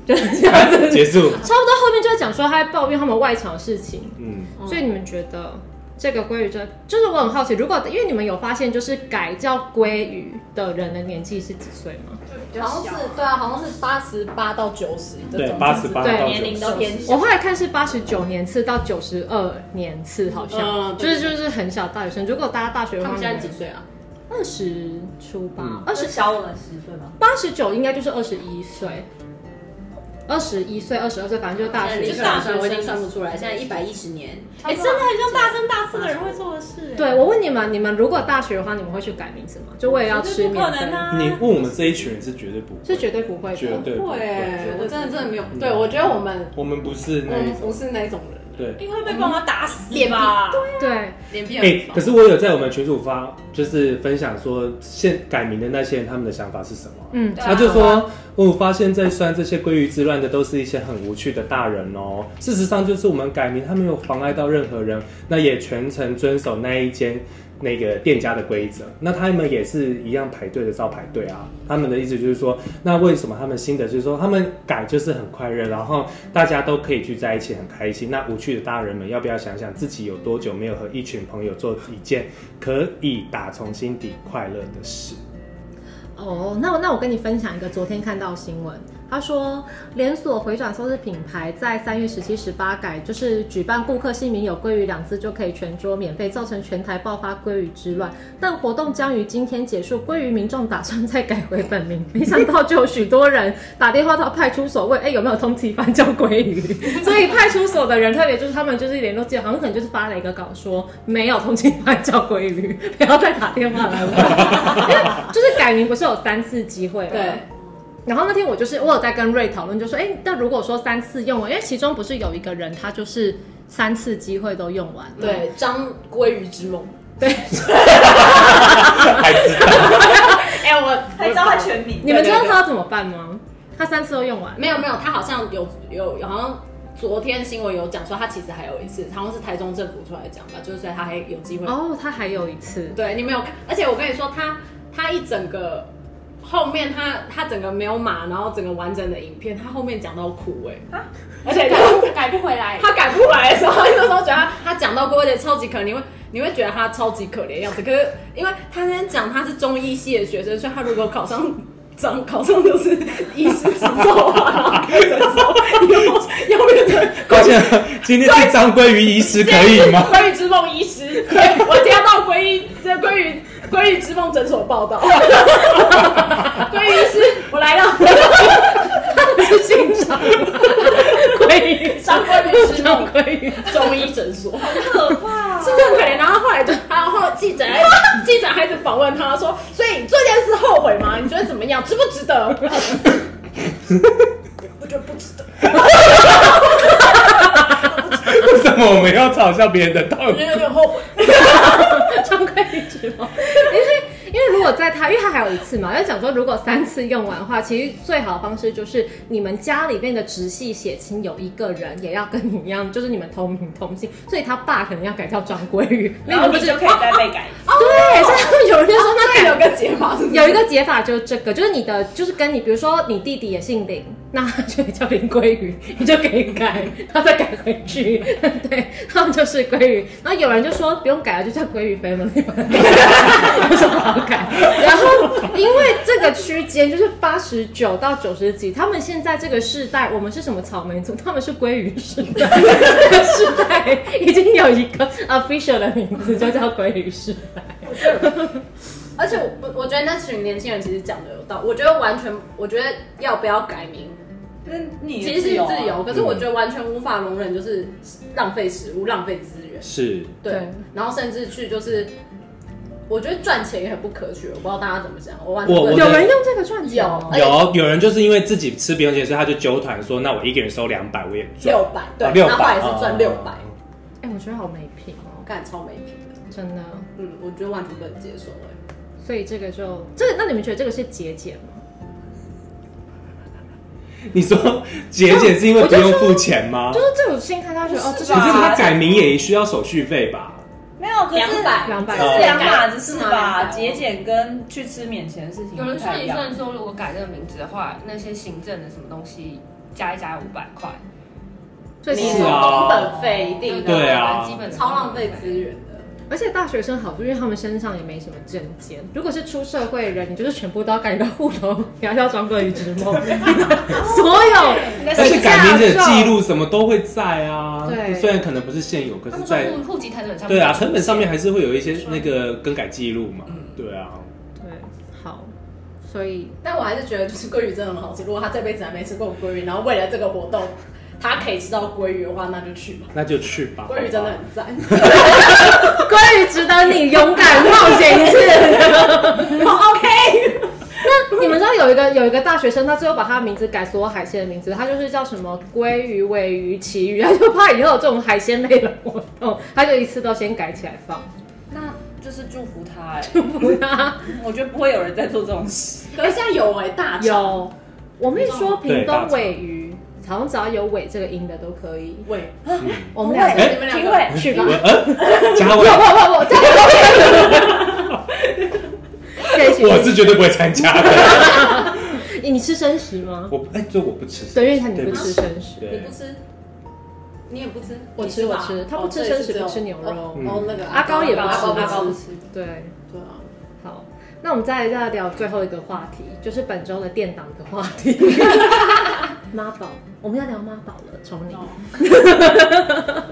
Speaker 1: 就是这样子，
Speaker 2: 结束，
Speaker 1: 差不多后面就在讲说他在抱怨他们外场的事情。
Speaker 2: 嗯，
Speaker 1: 所以你们觉得这个鲑鱼真，就是我很好奇，如果因为你们有发现，就是改叫鲑鱼的人的年纪是几岁吗？
Speaker 5: 好像是对啊，好像是八十八到九十这
Speaker 2: 对，
Speaker 5: 种
Speaker 2: 八十八
Speaker 1: 对
Speaker 2: 到
Speaker 4: 年
Speaker 2: 九
Speaker 4: 龄
Speaker 2: 十，
Speaker 4: 都偏小。
Speaker 1: 我后来看是八十九年次到九十二年次，好像、
Speaker 3: 嗯
Speaker 1: 就是就是很小大学生。如果大家大学的
Speaker 3: 他
Speaker 1: 话
Speaker 3: 们，现在几岁啊？
Speaker 1: 二十出吧
Speaker 2: 嗯，
Speaker 1: 二
Speaker 4: 是
Speaker 1: 十
Speaker 4: 小我们十岁吗？
Speaker 1: 八十九应该就是二十一岁。二十一岁、二十二岁，反正就是大学
Speaker 3: 就
Speaker 1: 生。
Speaker 3: 大学我已经算不出来，现在一百一十年，
Speaker 6: 哎、真的很像大三大四的人会做的事、哎
Speaker 1: 对，我问你们，你们如果大学的话，你们会去改名字吗？就我也要吃
Speaker 6: 绝对不可
Speaker 1: 免
Speaker 6: 能
Speaker 1: 费，
Speaker 6: 啊！
Speaker 2: 你问我们这一群人是绝对不会，
Speaker 1: 是绝对不会
Speaker 2: 绝
Speaker 1: 的。
Speaker 2: 对不
Speaker 6: 会
Speaker 3: 欸
Speaker 2: 会。
Speaker 6: 哎，我真的真的没有。
Speaker 2: 嗯
Speaker 6: 对，我觉得我们
Speaker 2: 我们不是
Speaker 6: 我
Speaker 2: 那一
Speaker 6: 们不
Speaker 2: 种，
Speaker 6: 是那种人，
Speaker 3: 嗯
Speaker 2: 对。
Speaker 6: 因为会被爸妈打死
Speaker 3: 脸皮
Speaker 6: 吧？
Speaker 1: 对，
Speaker 3: 脸皮
Speaker 2: 哎、
Speaker 3: 很薄
Speaker 2: 可。是我有在我们群组发，就是分享说现改名的那些人他们的想法是什么啊、
Speaker 1: 嗯，
Speaker 2: 他就说，我发现在酸这些鲑鱼之乱的都是一些很无趣的大人哦。事实上，就是我们改名，他没有妨碍到任何人，那也全程遵守那一间那个店家的规则。那他们也是一样排队的照排队啊。他们的意思就是说，那为什么他们新的就是说他们改就是很快乐，然后大家都可以聚在一起很开心。那无趣的大人们要不要想想自己有多久没有和一群朋友做一件可以打从心底快乐的事？
Speaker 1: 哦，那我那我跟你分享一个昨天看到的新闻，他说连锁回转寿司品牌在三月十七、十八改，就是举办顾客姓名有鲑鱼两字就可以全桌免费，造成全台爆发鲑鱼之乱。但活动将于今天结束，鲑鱼民众打算再改回本名，没想到就有许多人打电话到派出所问，哎、有没有通缉犯叫鲑鱼？ 所以派出所的人，特别就是他们就是联络记者，好像可能就是发了一个稿说没有通缉犯叫鲑鱼，不要再打电话来问。 就是改名不是有三次机会吗？
Speaker 6: 对。
Speaker 1: 然后那天我就是我有在跟瑞讨论，就说，哎，那如果说三次用完，因为其中不是有一个人他就是三次机会都用完了，
Speaker 3: 对，张鲑鱼之梦，
Speaker 2: 还知道。
Speaker 6: 哎、我
Speaker 4: 还知道他全名，
Speaker 1: 你们知道他要怎么办吗？他三次都用完，
Speaker 3: 没有没有，他好像有有有好像。昨天新闻有讲说，他其实还有一次，好像是台中政府出来讲吧，就是所以他还有机会
Speaker 1: 哦，他还有一次，
Speaker 3: 对你没有看，而且我跟你说，他他一整个后面他他整个没有码，然后整个完整的影片，他后面讲到哭哎、 而且他
Speaker 6: 啊改不回来。
Speaker 3: 他改不来的时候， 那时候觉得他他讲到哭，而且超级可怜，你会你会觉得他超级可怜的样子。可是因为他先讲他是中医系的学生，所以他如果考上。上考上就是医师执照啊，然后开诊 所，又又变成
Speaker 2: 抱歉，今天是张鲑鱼医师可以 吗？
Speaker 3: 鲑鱼之梦医师， 对我接到鲑鱼这鲑鱼鲑鱼之梦诊所报道， 鲑鱼医师，我来了，
Speaker 1: 是姓张，鲑鱼，
Speaker 3: 张鲑鱼之
Speaker 1: 张
Speaker 3: 梦
Speaker 1: 鲑鱼，
Speaker 3: 中医诊所，
Speaker 4: 可怕
Speaker 3: 是不是很可怜？然后后来就，然后记者记者还一直访问他说，所以你做这件事后悔吗？你觉得怎么样？值不值得？我觉得不值得，
Speaker 2: 为什么我们要嘲笑别人的道 理？
Speaker 3: 有点后悔。
Speaker 1: 张鲑鱼之梦，因为 因为如果在他，因为他还有一次嘛，要讲说如果三次用完的话，其实最好的方式就是你们家里面的直系血亲有一个人也要跟你一样，就是你们同名同姓，所以他爸可能要改叫张鲑鱼，
Speaker 4: 然后你
Speaker 1: 对，
Speaker 4: 就可以再被 改。
Speaker 1: 哦所以他们有人就说那
Speaker 3: 这
Speaker 1: 改
Speaker 3: 有个解法是不是
Speaker 1: 哦有一个解法就是这个，就是你的，就是跟你，比如说你弟弟也姓林，那他就叫林鲑鱼，你就可以改，他再改回去， 对，他们就是鲑鱼。然后有人就说不用改了，就叫鲑鱼 family 吧，有什么好改？ 然后因为这个区间就是八十九到九十几，他们现在这个世代，我们是什么草莓族，他们是鲑鱼世代，这个世代已经有一个 official 的名字，就叫鲑鱼世代。
Speaker 3: 而且我我我觉得那群年轻人其实讲的有道理，我觉得完全，我觉得要不要改名
Speaker 4: 就是你
Speaker 3: 其实是
Speaker 6: 啊
Speaker 3: 自由，啊可是
Speaker 2: 嗯
Speaker 3: 我觉得完全无法容忍就是浪费食物、浪费资源，
Speaker 2: 是，
Speaker 3: 对，
Speaker 1: 对
Speaker 3: 然后甚至去就是，我觉得赚钱也很不可取，我不知道大家怎么想，我完全
Speaker 2: 我
Speaker 3: 不
Speaker 2: 我
Speaker 1: 有
Speaker 2: 的
Speaker 1: 人用这个赚钱吗
Speaker 3: 有
Speaker 2: 有有人就是因为自己吃不用钱，所以他就纠团说，那我一个人收两百，我也赚
Speaker 3: 六百，对，
Speaker 2: 啊六
Speaker 3: 那后
Speaker 2: 百哦
Speaker 3: 来是赚六百，
Speaker 1: 哎、我觉得好没品哦，
Speaker 3: 干超没品的，
Speaker 1: 真的。
Speaker 3: 嗯，我觉得完全不能接受哎，
Speaker 1: 所以这个就这个，那你们觉得这个是节俭吗？
Speaker 2: 你说节俭是因为不用付钱吗
Speaker 1: 就？是这种心态，他觉得哦，这
Speaker 2: 可是
Speaker 1: 是
Speaker 2: 他改名也需要手续费吧？
Speaker 4: 没有，可是
Speaker 3: 两百
Speaker 1: 两百
Speaker 4: 这
Speaker 2: 呃
Speaker 4: 是两码子
Speaker 3: 是
Speaker 4: 事
Speaker 3: 吗
Speaker 4: 吧？
Speaker 3: 200
Speaker 4: 节俭跟去吃免钱的事情
Speaker 7: 有
Speaker 4: 不
Speaker 7: 人算
Speaker 4: 太一
Speaker 7: 一
Speaker 4: 样。
Speaker 7: 算说，如果改这个名字的话，那些行政的什么东西加一加五百块，
Speaker 1: 最
Speaker 3: 你
Speaker 1: 实
Speaker 2: 是
Speaker 3: 有
Speaker 1: 用
Speaker 2: 啊
Speaker 3: 工本费一定的，
Speaker 2: 对啊
Speaker 7: 基本的
Speaker 3: 超浪费资源的。
Speaker 1: 而且大学生好处，因为他们身上也没什么证件。如果是出社会人，你就是全部都要盖一个户头，不要叫张桂鱼之 梦， 所有
Speaker 2: 而且改名的记录什么都会在啊。
Speaker 1: 对
Speaker 2: 虽然可能不是现有，可
Speaker 7: 他
Speaker 2: 是
Speaker 7: 们
Speaker 2: 在
Speaker 7: 说户户籍成本上
Speaker 2: 对
Speaker 7: 面
Speaker 2: 啊，
Speaker 7: 嗯
Speaker 2: 成本上面还是会有一些那个更改记录嘛。对啊，
Speaker 1: 对，好，所以
Speaker 3: 但我还是觉得就是鲑鱼真的很好吃。如果他这辈子还没吃过鲑鱼，然后为了这个活动，他可以吃到鲑鱼的话，那就去吧。
Speaker 2: 那就去吧。
Speaker 3: 鲑鱼真的很赞，
Speaker 1: 鲑鱼值得你勇敢冒险 一次。OK。那 你们知道有一个有一个大学生，他最后把他的名字改所有海鲜的名字，他就是叫什么鲑鱼、尾鱼、旗鱼，他就怕以后有这种海鲜类的活动，他就一次都先改起来 放。
Speaker 7: 那就是祝 福他哎、
Speaker 1: 不然
Speaker 7: 我觉得不会有人在做这种事。
Speaker 3: 可是现在有哎、大肠
Speaker 1: 有，我们一说
Speaker 2: 对
Speaker 1: 屏
Speaker 2: 大
Speaker 1: 东
Speaker 2: 肠
Speaker 1: 尾鱼，好像只要有“尾”这个音的都可以。
Speaker 3: 喂，
Speaker 1: 我们两个
Speaker 3: 你们两
Speaker 4: 评
Speaker 3: 个
Speaker 4: 委
Speaker 1: 去吧
Speaker 2: 我。呃，加
Speaker 1: 不
Speaker 2: 我
Speaker 1: 不，不不，这个都可以。可以
Speaker 2: 我是绝对不会参加的。
Speaker 1: 去你吃生食吗？
Speaker 2: 我哎，这我不吃。
Speaker 1: 对，因为他你不
Speaker 2: 对不
Speaker 1: 吃
Speaker 2: 起
Speaker 1: 生食。
Speaker 3: 你
Speaker 2: 对
Speaker 3: 不，吃，你也不吃，
Speaker 1: 我
Speaker 3: 你
Speaker 1: 吃我
Speaker 3: 吧
Speaker 1: 吃他不
Speaker 3: 哦
Speaker 1: 吃
Speaker 3: 对
Speaker 1: 生
Speaker 3: 是
Speaker 1: 食
Speaker 3: 这
Speaker 1: 不
Speaker 3: 种
Speaker 1: 吃牛肉
Speaker 3: 哦
Speaker 2: 嗯
Speaker 3: 哦，那个
Speaker 1: 阿高也不
Speaker 3: 阿高
Speaker 1: 吃
Speaker 3: 阿高不吃，
Speaker 1: 对，
Speaker 3: 对啊。
Speaker 1: 好，那我们再再聊最后一个话题，就是本周的电档的话 题。妈宝，我们要聊妈宝了，从
Speaker 3: 哦
Speaker 1: 你。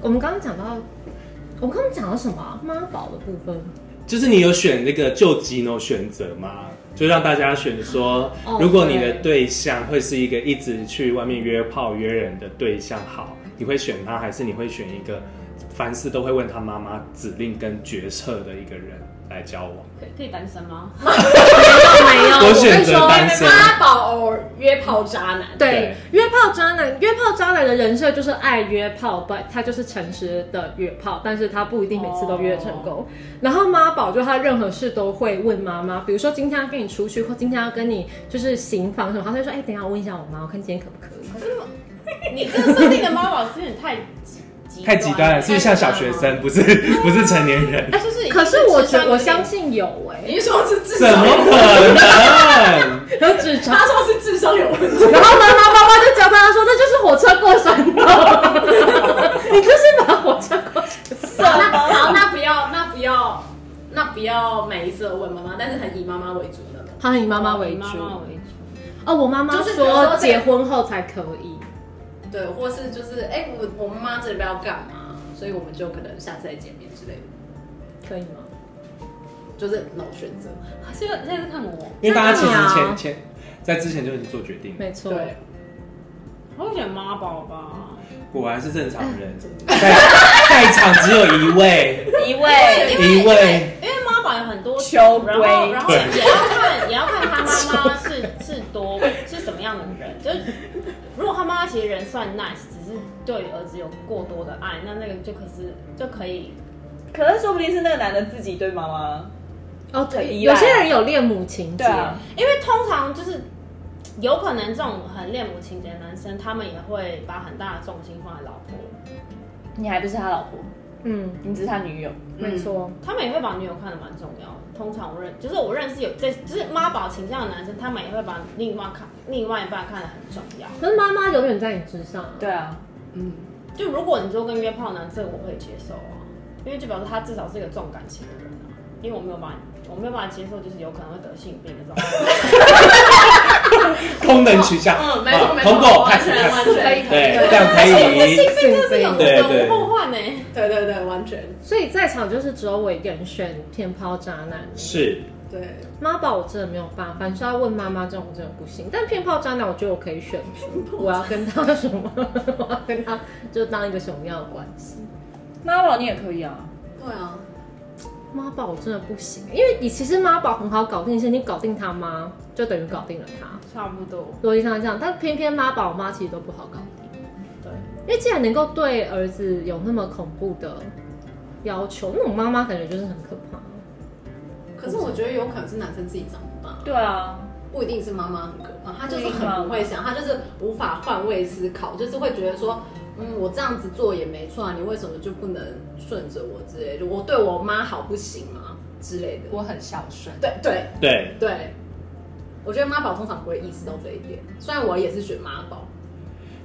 Speaker 1: 我们刚刚讲到，我们刚刚讲到什么啊、妈宝的部分。
Speaker 2: 就是你有选那个救急呢选择吗？就让大家选说
Speaker 1: 哦，
Speaker 2: 如果你的对象会是一个一直去外面约炮约人的对象，好，你会选他，还是你会选一个凡事都会问他妈妈指令跟决策的一个人来交往？
Speaker 6: 可以可以单身吗？
Speaker 3: 哎
Speaker 1: 没有，
Speaker 2: 我
Speaker 1: 跟
Speaker 2: 选
Speaker 1: 你
Speaker 2: 择
Speaker 1: 啊说
Speaker 2: 单身
Speaker 3: 妈宝偶尔约炮渣男，
Speaker 1: 对
Speaker 2: 对，
Speaker 1: 约炮渣男，约炮渣男的人设就是爱约炮，不，他就是诚实的约炮，但是他不一定每次都约得成功。然后妈宝就他任何事都会问妈妈，比如说今天要跟你出去，或今天要跟你就是行房什么，他就说，哎、等一下我问一下我妈，我看今天可不可以。
Speaker 6: 你这个设定的妈宝是有点太极极
Speaker 2: 太极端了，是不是像小学生？不是，不是成年人，
Speaker 6: 哎，就是
Speaker 1: 可是我觉我相
Speaker 6: 相
Speaker 1: 信有哎、
Speaker 3: 你是说是智
Speaker 2: 怎
Speaker 3: 商
Speaker 2: 么
Speaker 3: 有问
Speaker 2: 可
Speaker 3: 题？
Speaker 2: 能？
Speaker 1: 然后只查，
Speaker 3: 他说是智商有问题，
Speaker 1: 然后妈妈妈妈就教他说，那就是火车过山道， 你就是把火车过山道。
Speaker 3: 那 好，那不要，那不要，那不要每一次都问妈妈，但是很以妈妈为主的。
Speaker 1: 他以妈妈为主，
Speaker 6: 妈妈为主，
Speaker 1: 哦，我妈妈
Speaker 3: 就是比如说
Speaker 1: 说
Speaker 3: 这个
Speaker 1: 结婚后才可以。
Speaker 3: 对，或是就是哎、我我妈妈这礼拜要干嘛，所以我们就可能下次再见面之类的，
Speaker 1: 可以吗？
Speaker 3: 就是老选择。
Speaker 6: 现在现在是看我，
Speaker 2: 因为大家其
Speaker 1: 真的
Speaker 2: 实
Speaker 1: 啊
Speaker 2: 前前在之前就已经做决定了，
Speaker 1: 没错，
Speaker 3: 对，
Speaker 6: 我会选妈宝吧。
Speaker 2: 果然是正常人，在 在场只有一位，
Speaker 4: 一位
Speaker 6: 因为
Speaker 2: 一位。
Speaker 6: 因为妈宝有很多
Speaker 4: 秋
Speaker 6: 然后
Speaker 4: 闺
Speaker 6: 然后也要看 也要看他妈妈是是多是什么样的人，就是如果他妈妈其实人算 nice，只是对儿子有过多的爱，那那个就可是就可以
Speaker 4: 可是说不定是那个男的自己对妈妈，
Speaker 1: 哦，
Speaker 4: 很
Speaker 1: 对，
Speaker 4: 依
Speaker 1: 有
Speaker 4: 赖啊
Speaker 1: 些人有恋母情节，
Speaker 4: 对啊
Speaker 6: 因为通常就是有可能这种很恋母情节的男生，他们也会把很大的重心放在老婆，
Speaker 4: 你还不是他老婆，
Speaker 1: 嗯，
Speaker 4: 你只是他女友。
Speaker 1: 没错，
Speaker 6: 他们也会把女友看得蛮重要的。通常我认就是我认识有这就是妈宝倾向的男生，他们也会把另外看另外一半看得很重要。
Speaker 1: 可是妈妈永远在你之上啊。
Speaker 4: 对啊，
Speaker 3: 嗯，
Speaker 6: 就如果你说跟约炮男，这个我会接受啊，因为就表示他至少是一个重感情的人啊。因为我没有办法，我没有办法接受，就是有可能会得性病的这种。
Speaker 2: 功能取向，
Speaker 3: 嗯，没错
Speaker 2: 啊
Speaker 3: 没错，
Speaker 2: 通过
Speaker 3: 完
Speaker 2: pass
Speaker 3: 全
Speaker 2: pass，
Speaker 3: 完全
Speaker 1: 可以可
Speaker 2: 对，
Speaker 1: 以
Speaker 2: 这样可以。
Speaker 1: 性病
Speaker 2: 对对
Speaker 6: 无后患呢、
Speaker 3: 对对对，完全
Speaker 1: 所以在场就是只有我一个人选偏抛渣男，
Speaker 2: 是，
Speaker 3: 对。
Speaker 1: 妈宝我真的没有办法，凡是要问妈妈这种我真的不行。但偏抛渣男，我觉得我可以选出，我要跟他什么， 我要跟他就当一个什么样的关系。
Speaker 4: 妈宝你也可以啊，
Speaker 3: 对啊，
Speaker 1: 妈宝我真的不行，因为你其实妈宝很好搞定，是你搞定他妈，就等于搞定了他。
Speaker 6: 差不多。
Speaker 1: 逻辑上是这样，但偏偏妈宝妈其实都不好搞定。
Speaker 6: 对，
Speaker 1: 因为既然能够对儿子有那么恐怖的要求，那种妈妈感觉就是很可怕。
Speaker 3: 可是我觉得有可能是男生自己长不大，
Speaker 4: 对啊，
Speaker 3: 不一定是妈妈很可怕，他就是很不会想，他就是无法换位思考，就是会觉得说，嗯，我这样子做也没错啊，你为什么就不能顺着我之类的？我对我妈好不行吗？之类的。
Speaker 7: 我很孝顺，
Speaker 3: 对对
Speaker 2: 对，
Speaker 3: 对，我觉得妈宝通常不会意识到这一点，虽然我也是选妈宝，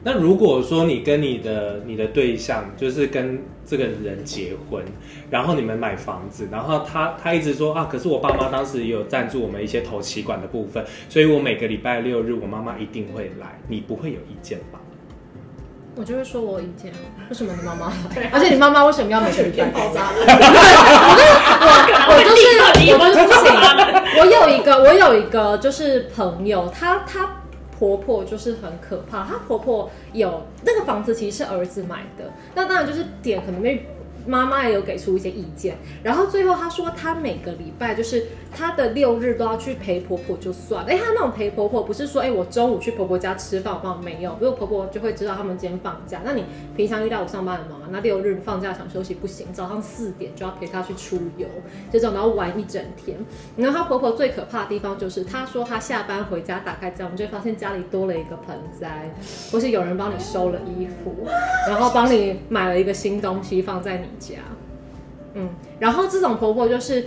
Speaker 2: 那如果说你跟你的你的对象，就是跟这个人结婚，然后你们买房子，然后他他一直说啊，可是我爸妈当时也有赞助我们一些投期管的部分，所以我每个礼拜六日我妈妈一定会来，你不会有意见吧？
Speaker 1: 我就会说我有意见啊，为什么你妈妈来？而且你妈妈为什么要每个礼拜爆炸？ 我就是我就是不行。我有一个我有一个就是朋友，她她婆婆就是很可怕，她婆婆有那个房子其实是儿子买的，那当然就是点可能被。妈妈也有给出一些意见，然后最后她说她每个礼拜就是她的六日都要去陪婆婆就算，哎，她那种陪婆婆不是说哎我中午去婆婆家吃饭，我帮没有，因为婆婆就会知道他们今天放假，那你平常一到五上班很忙，啊那六日放假想休息不行，早上四点就要陪她去出游，这种然后玩一整天，然后她婆婆最可怕的地方就是她说她下班回家打开家门就会发现家里多了一个盆栽，或是有人帮你收了衣服，然后帮你买了一个新东西放在你家，嗯，然后这种婆婆就是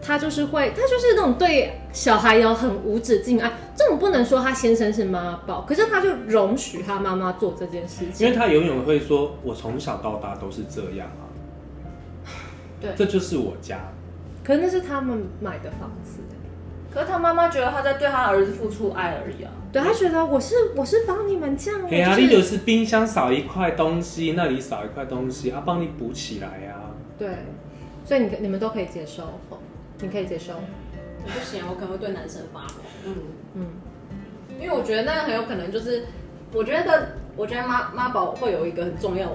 Speaker 1: 她就是会，她就是那种对小孩有很无止境爱，这种不能说她先生是妈宝，可是她就容许她妈妈做这件事
Speaker 2: 因为
Speaker 1: 情，
Speaker 2: 他永远会说，我从小到大都是这样啊，
Speaker 1: 对
Speaker 2: 这就是我家。
Speaker 1: 可是那是他们买的房子。
Speaker 3: 可是他妈妈觉得他在对他儿子付出爱而已啊。
Speaker 1: 对她觉得我是我是帮你们这样，
Speaker 2: 嘿啊，
Speaker 1: 我
Speaker 2: 你
Speaker 1: 就
Speaker 2: 就是是冰箱少一块东西，那里少一块东西，啊，帮你补起来啊。
Speaker 1: 对，所以你你们都可以接受，你可以接受，
Speaker 3: 我不行，我可能会对男生发火。嗯，
Speaker 1: 嗯。
Speaker 3: 因为我觉得那很有可能就是，我觉得我觉得妈妈宝会有一个很重要、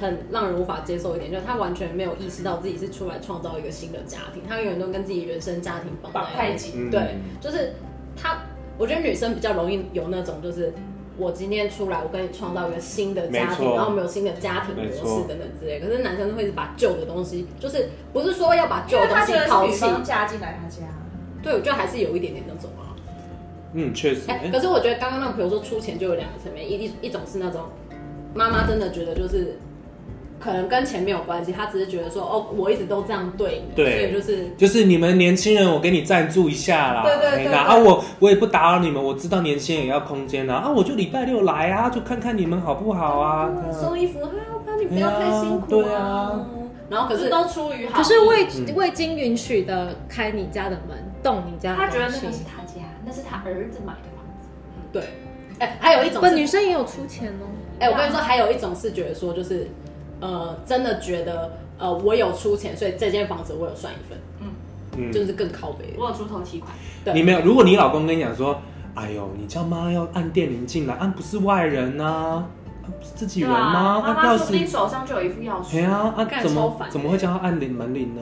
Speaker 3: 很让人无法接受一点，就是他完全没有意识到自己是出来创造一个新的家庭，他永远都跟自己原生家庭绑
Speaker 7: 绑
Speaker 3: 在
Speaker 7: 太
Speaker 3: 一起。
Speaker 2: 嗯
Speaker 3: 对，就是他，我觉得女生比较容易有那种就是。我今天出来，我跟你创造一个新的家
Speaker 2: 没
Speaker 3: 庭，
Speaker 2: 错
Speaker 3: 然后我们有新的家庭模
Speaker 2: 没
Speaker 3: 式
Speaker 2: 错
Speaker 3: 等等之类。可是男生会把旧的东西，就是不是说要把旧
Speaker 4: 因为
Speaker 3: 的
Speaker 4: 他
Speaker 3: 东西
Speaker 4: 觉得是
Speaker 3: 抛
Speaker 4: 女
Speaker 3: 弃，
Speaker 4: 方嫁进来他家，
Speaker 3: 对，我觉得还是有一点点那种啊。
Speaker 2: 嗯，确实。
Speaker 3: 哎、
Speaker 2: 哎
Speaker 3: 可是我觉得刚刚那种，比如说出钱就有两个层面，一一一种是那种妈妈真的觉得就是可能跟钱没有关系，她只是觉得说哦，我一直都这样对你，
Speaker 2: 对
Speaker 3: 所以就是
Speaker 2: 就是你们年轻人，我给你赞助一下啦。
Speaker 4: 对对对
Speaker 2: 嘿啦
Speaker 4: 对
Speaker 2: 啊，我我也不打扰你们，我知道年轻人也要空间啦。啊，我就礼拜六来啊，就看看你们好不好啊。这样
Speaker 3: 收衣服，哈、我怕你嗯不要太辛苦
Speaker 2: 对啊
Speaker 3: 嗯然后可
Speaker 7: 就是
Speaker 3: 是
Speaker 7: 都出于
Speaker 1: 可
Speaker 7: 好意。
Speaker 1: 是未
Speaker 2: 嗯
Speaker 1: 未经允许的开你家的门，动你家的
Speaker 7: 他
Speaker 1: 东
Speaker 7: 觉
Speaker 1: 西。
Speaker 7: 得那个是他家，那是他儿子买的房子。
Speaker 3: 对，哎、还有一种
Speaker 1: 不，
Speaker 3: 是
Speaker 1: 女生也有出钱哦。
Speaker 3: 哎、我跟你说，还有一种是觉得说，就是呃，真的觉得呃，我有出钱，所以这间房子我有算一份，
Speaker 2: 嗯
Speaker 3: 就是更靠北。
Speaker 7: 我有出头期款，
Speaker 3: 对
Speaker 2: 你没有，如果你老公跟你讲说，哎呦，你叫妈要按电铃进来，按不是外人呐、啊，不是自己人吗？
Speaker 7: 啊妈
Speaker 2: 按
Speaker 7: 妈
Speaker 2: 钥
Speaker 7: 说不定
Speaker 2: 匙，
Speaker 7: 手上就有一副钥匙。
Speaker 2: 哎呀，按、
Speaker 3: 干
Speaker 2: 怎
Speaker 3: 超
Speaker 2: 么
Speaker 3: 烦的
Speaker 2: 怎么会叫他按铃门铃呢？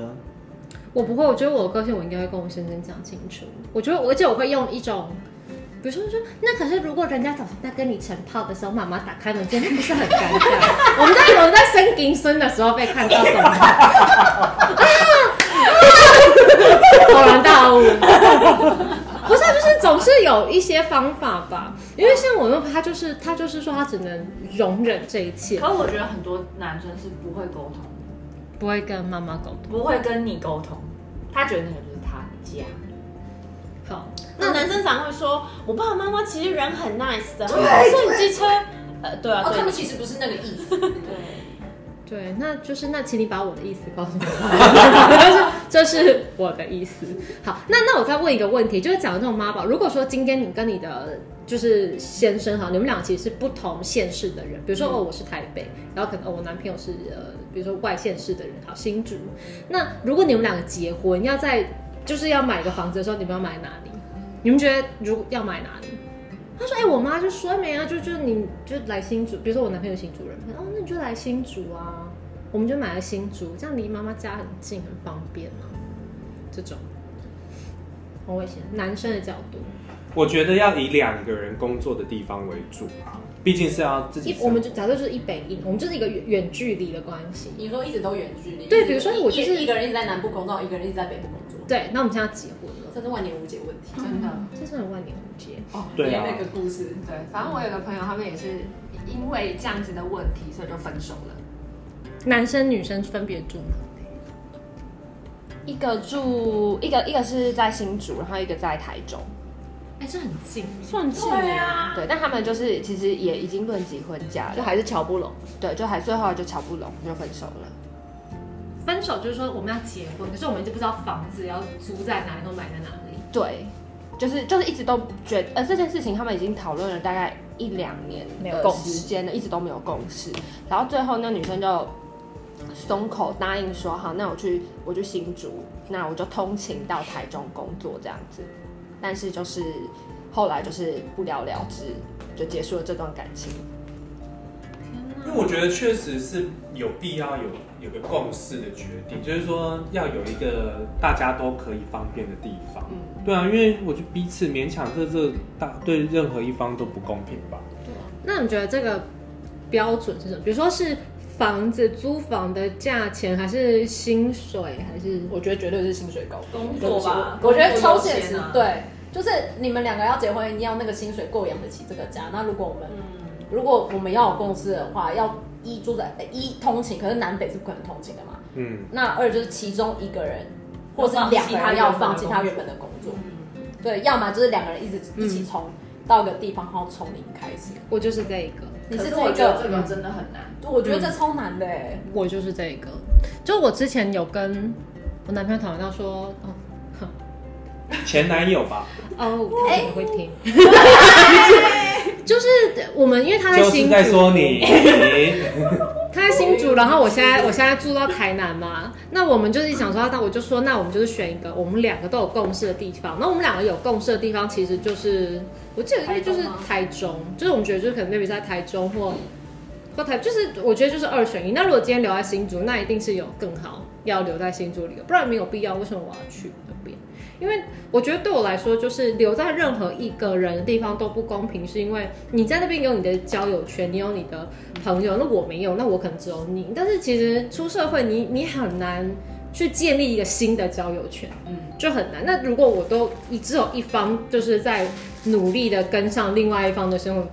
Speaker 1: 我不会，我觉得我的个性我应该会跟我先生讲清楚。我觉得，而且我会用一种，比如说说，那可是如果人家早上在跟你晨泡的时候，妈妈打开门间，那不是很尴尬？我们在我们在生金孙的时候被看到怎么办？啊啊恍然大悟。不是啊，就是总是有一些方法吧，因为像我那他就是他就是说他只能容忍这一切，
Speaker 7: 可我觉得很多男生是不会沟通的，
Speaker 1: 不会跟妈妈沟
Speaker 7: 不会跟你沟通，他觉得那个就是他家。
Speaker 1: 通。好，
Speaker 6: 那男生常会说，我爸爸妈妈其实人很 nice 的，他们还说你机车，呃，对啊，
Speaker 3: 哦，他
Speaker 6: 对
Speaker 3: 们，其实不是那个意思。
Speaker 1: 对，那就是那，请你把我的意思告诉我，这是我的意思。好，那那我再问一个问题，就是讲这种妈宝，如果说今天你跟你的就是先生哈，你们俩其实是不同县市的人，比如说、哦我是台北，然后可能哦我男朋友是呃比如说外县市的人，好新竹。那如果你们两个结婚，要在就是要买个房子的时候，你们要买哪里？你们觉得如果要买哪里？他说：“哎、我妈就说没啊，就就你就来新竹，比如说我男朋友是新竹人，他说哦，那你就来新竹啊，我们就买了新竹，这样离妈妈家很近，很方便啊。这种很危险，男生的角度，
Speaker 2: 我觉得要以两个人工作的地方为主啊，毕竟是要自己
Speaker 1: 一
Speaker 2: 生。
Speaker 1: 我们就假设就是一北一，我们就是一个远远距离的关系。
Speaker 3: 你说一直都远距离，
Speaker 1: 对
Speaker 3: 一直
Speaker 1: 比如说我就是
Speaker 3: 一一个人一直在南部工作，一个人一直在北部工作，
Speaker 1: 对，那我们现在结婚了，
Speaker 3: 这是万年无解问题。
Speaker 7: 真的。
Speaker 1: 这是很万年无解。
Speaker 7: 哦，
Speaker 2: 对啊
Speaker 3: 你那个故事，
Speaker 7: 对，反正我有个朋友，他们也是因为这样子的问题，所以就分手了。
Speaker 1: 男生女生分别住哪？
Speaker 7: 一个住一个一个是在新竹，然后一个在台中。
Speaker 1: 哎、这很近，
Speaker 6: 算是啊，
Speaker 7: 对，但他们就是其实也已经论及婚嫁
Speaker 3: 就
Speaker 7: 了，
Speaker 3: 还是瞧不拢。
Speaker 7: 对，就还最后就瞧不拢，就分手了。
Speaker 1: 分手就是说我们要结婚，可是我们就不知道房子要租在哪里或买在哪里。
Speaker 7: 对，就是就是一直都觉得，呃，这件事情他们已经讨论了大概
Speaker 8: 一两年
Speaker 1: 没有
Speaker 8: 的
Speaker 1: 共识
Speaker 8: 时间了，一直都没有共识。然后最后那女生就松口答应说好，那我去我去新竹，那我就通勤到台中工作这样子。但是就是后来就是不了了之，就结束了这段感情。
Speaker 2: 因为我觉得确实是有必要有有个共识的决定，就是说要有一个大家都可以方便的地方。
Speaker 7: 嗯
Speaker 2: 对啊，因为我觉得彼此勉强这这大对任何一方都不公平吧。
Speaker 1: 那你觉得这个标准是什么？比如说是房子租房的价钱，还是薪水，还是
Speaker 6: 嗯我觉得绝对是薪水高，
Speaker 3: 工作吧，
Speaker 6: 工作
Speaker 3: 我觉得超现
Speaker 6: 优
Speaker 3: 实
Speaker 6: 先啊。
Speaker 3: 对，就是你们两个要结婚，一定要那个薪水够养得起这个家。那如果我们、
Speaker 6: 嗯
Speaker 3: 如果我们要有共识的话，要一住在呃一通勤，可是南北是不可能通勤的嘛。
Speaker 2: 嗯，
Speaker 3: 那二就是其中一个人或是
Speaker 6: 要放弃
Speaker 3: 两个人要放弃他原本的工作，
Speaker 6: 嗯
Speaker 3: 对，要么就是两个人一直一起从、到一个地方，然后从零开始。
Speaker 6: 嗯
Speaker 1: 我就是这一个，
Speaker 3: 你
Speaker 6: 可
Speaker 3: 是
Speaker 6: 是
Speaker 3: 这
Speaker 6: 我觉得
Speaker 3: 个，嗯
Speaker 6: 这个真的很难。
Speaker 3: 我觉得这超难的欸、
Speaker 1: 我就是这一个。就我之前有跟我男朋友讨论到说，哦，哼
Speaker 2: 前男友吧，
Speaker 1: 哦，他可能会听，哎就是我们因为他在
Speaker 2: 就是
Speaker 1: 新
Speaker 2: 在
Speaker 1: 竹，
Speaker 2: 说你，你
Speaker 1: 他在新竹，然后我现在我现在住到台南嘛，那我们就是想说，那我就说，那我们就是选一个我们两个都有共识的地方。那我们两个有共识的地方，其实就是我记得应该就是台中，就是我们觉得就是可能 maybe 在台中或或台，就是我觉得就是二选一。那如果今天留在新竹，那一定是有更好要留在新竹里的，不然没有必要。为什么我要去那边？因为我觉得对我来说，就是留在任何一个人的地方都不公平，是因为你在那边有你的交友圈，你有你的朋友，那我没有，那我可能只有你。但是其实出社会你，你很难去建立一个新的交友圈，嗯，就很难。那如果我都一只有一方就是在努力的跟上另外一方的生活，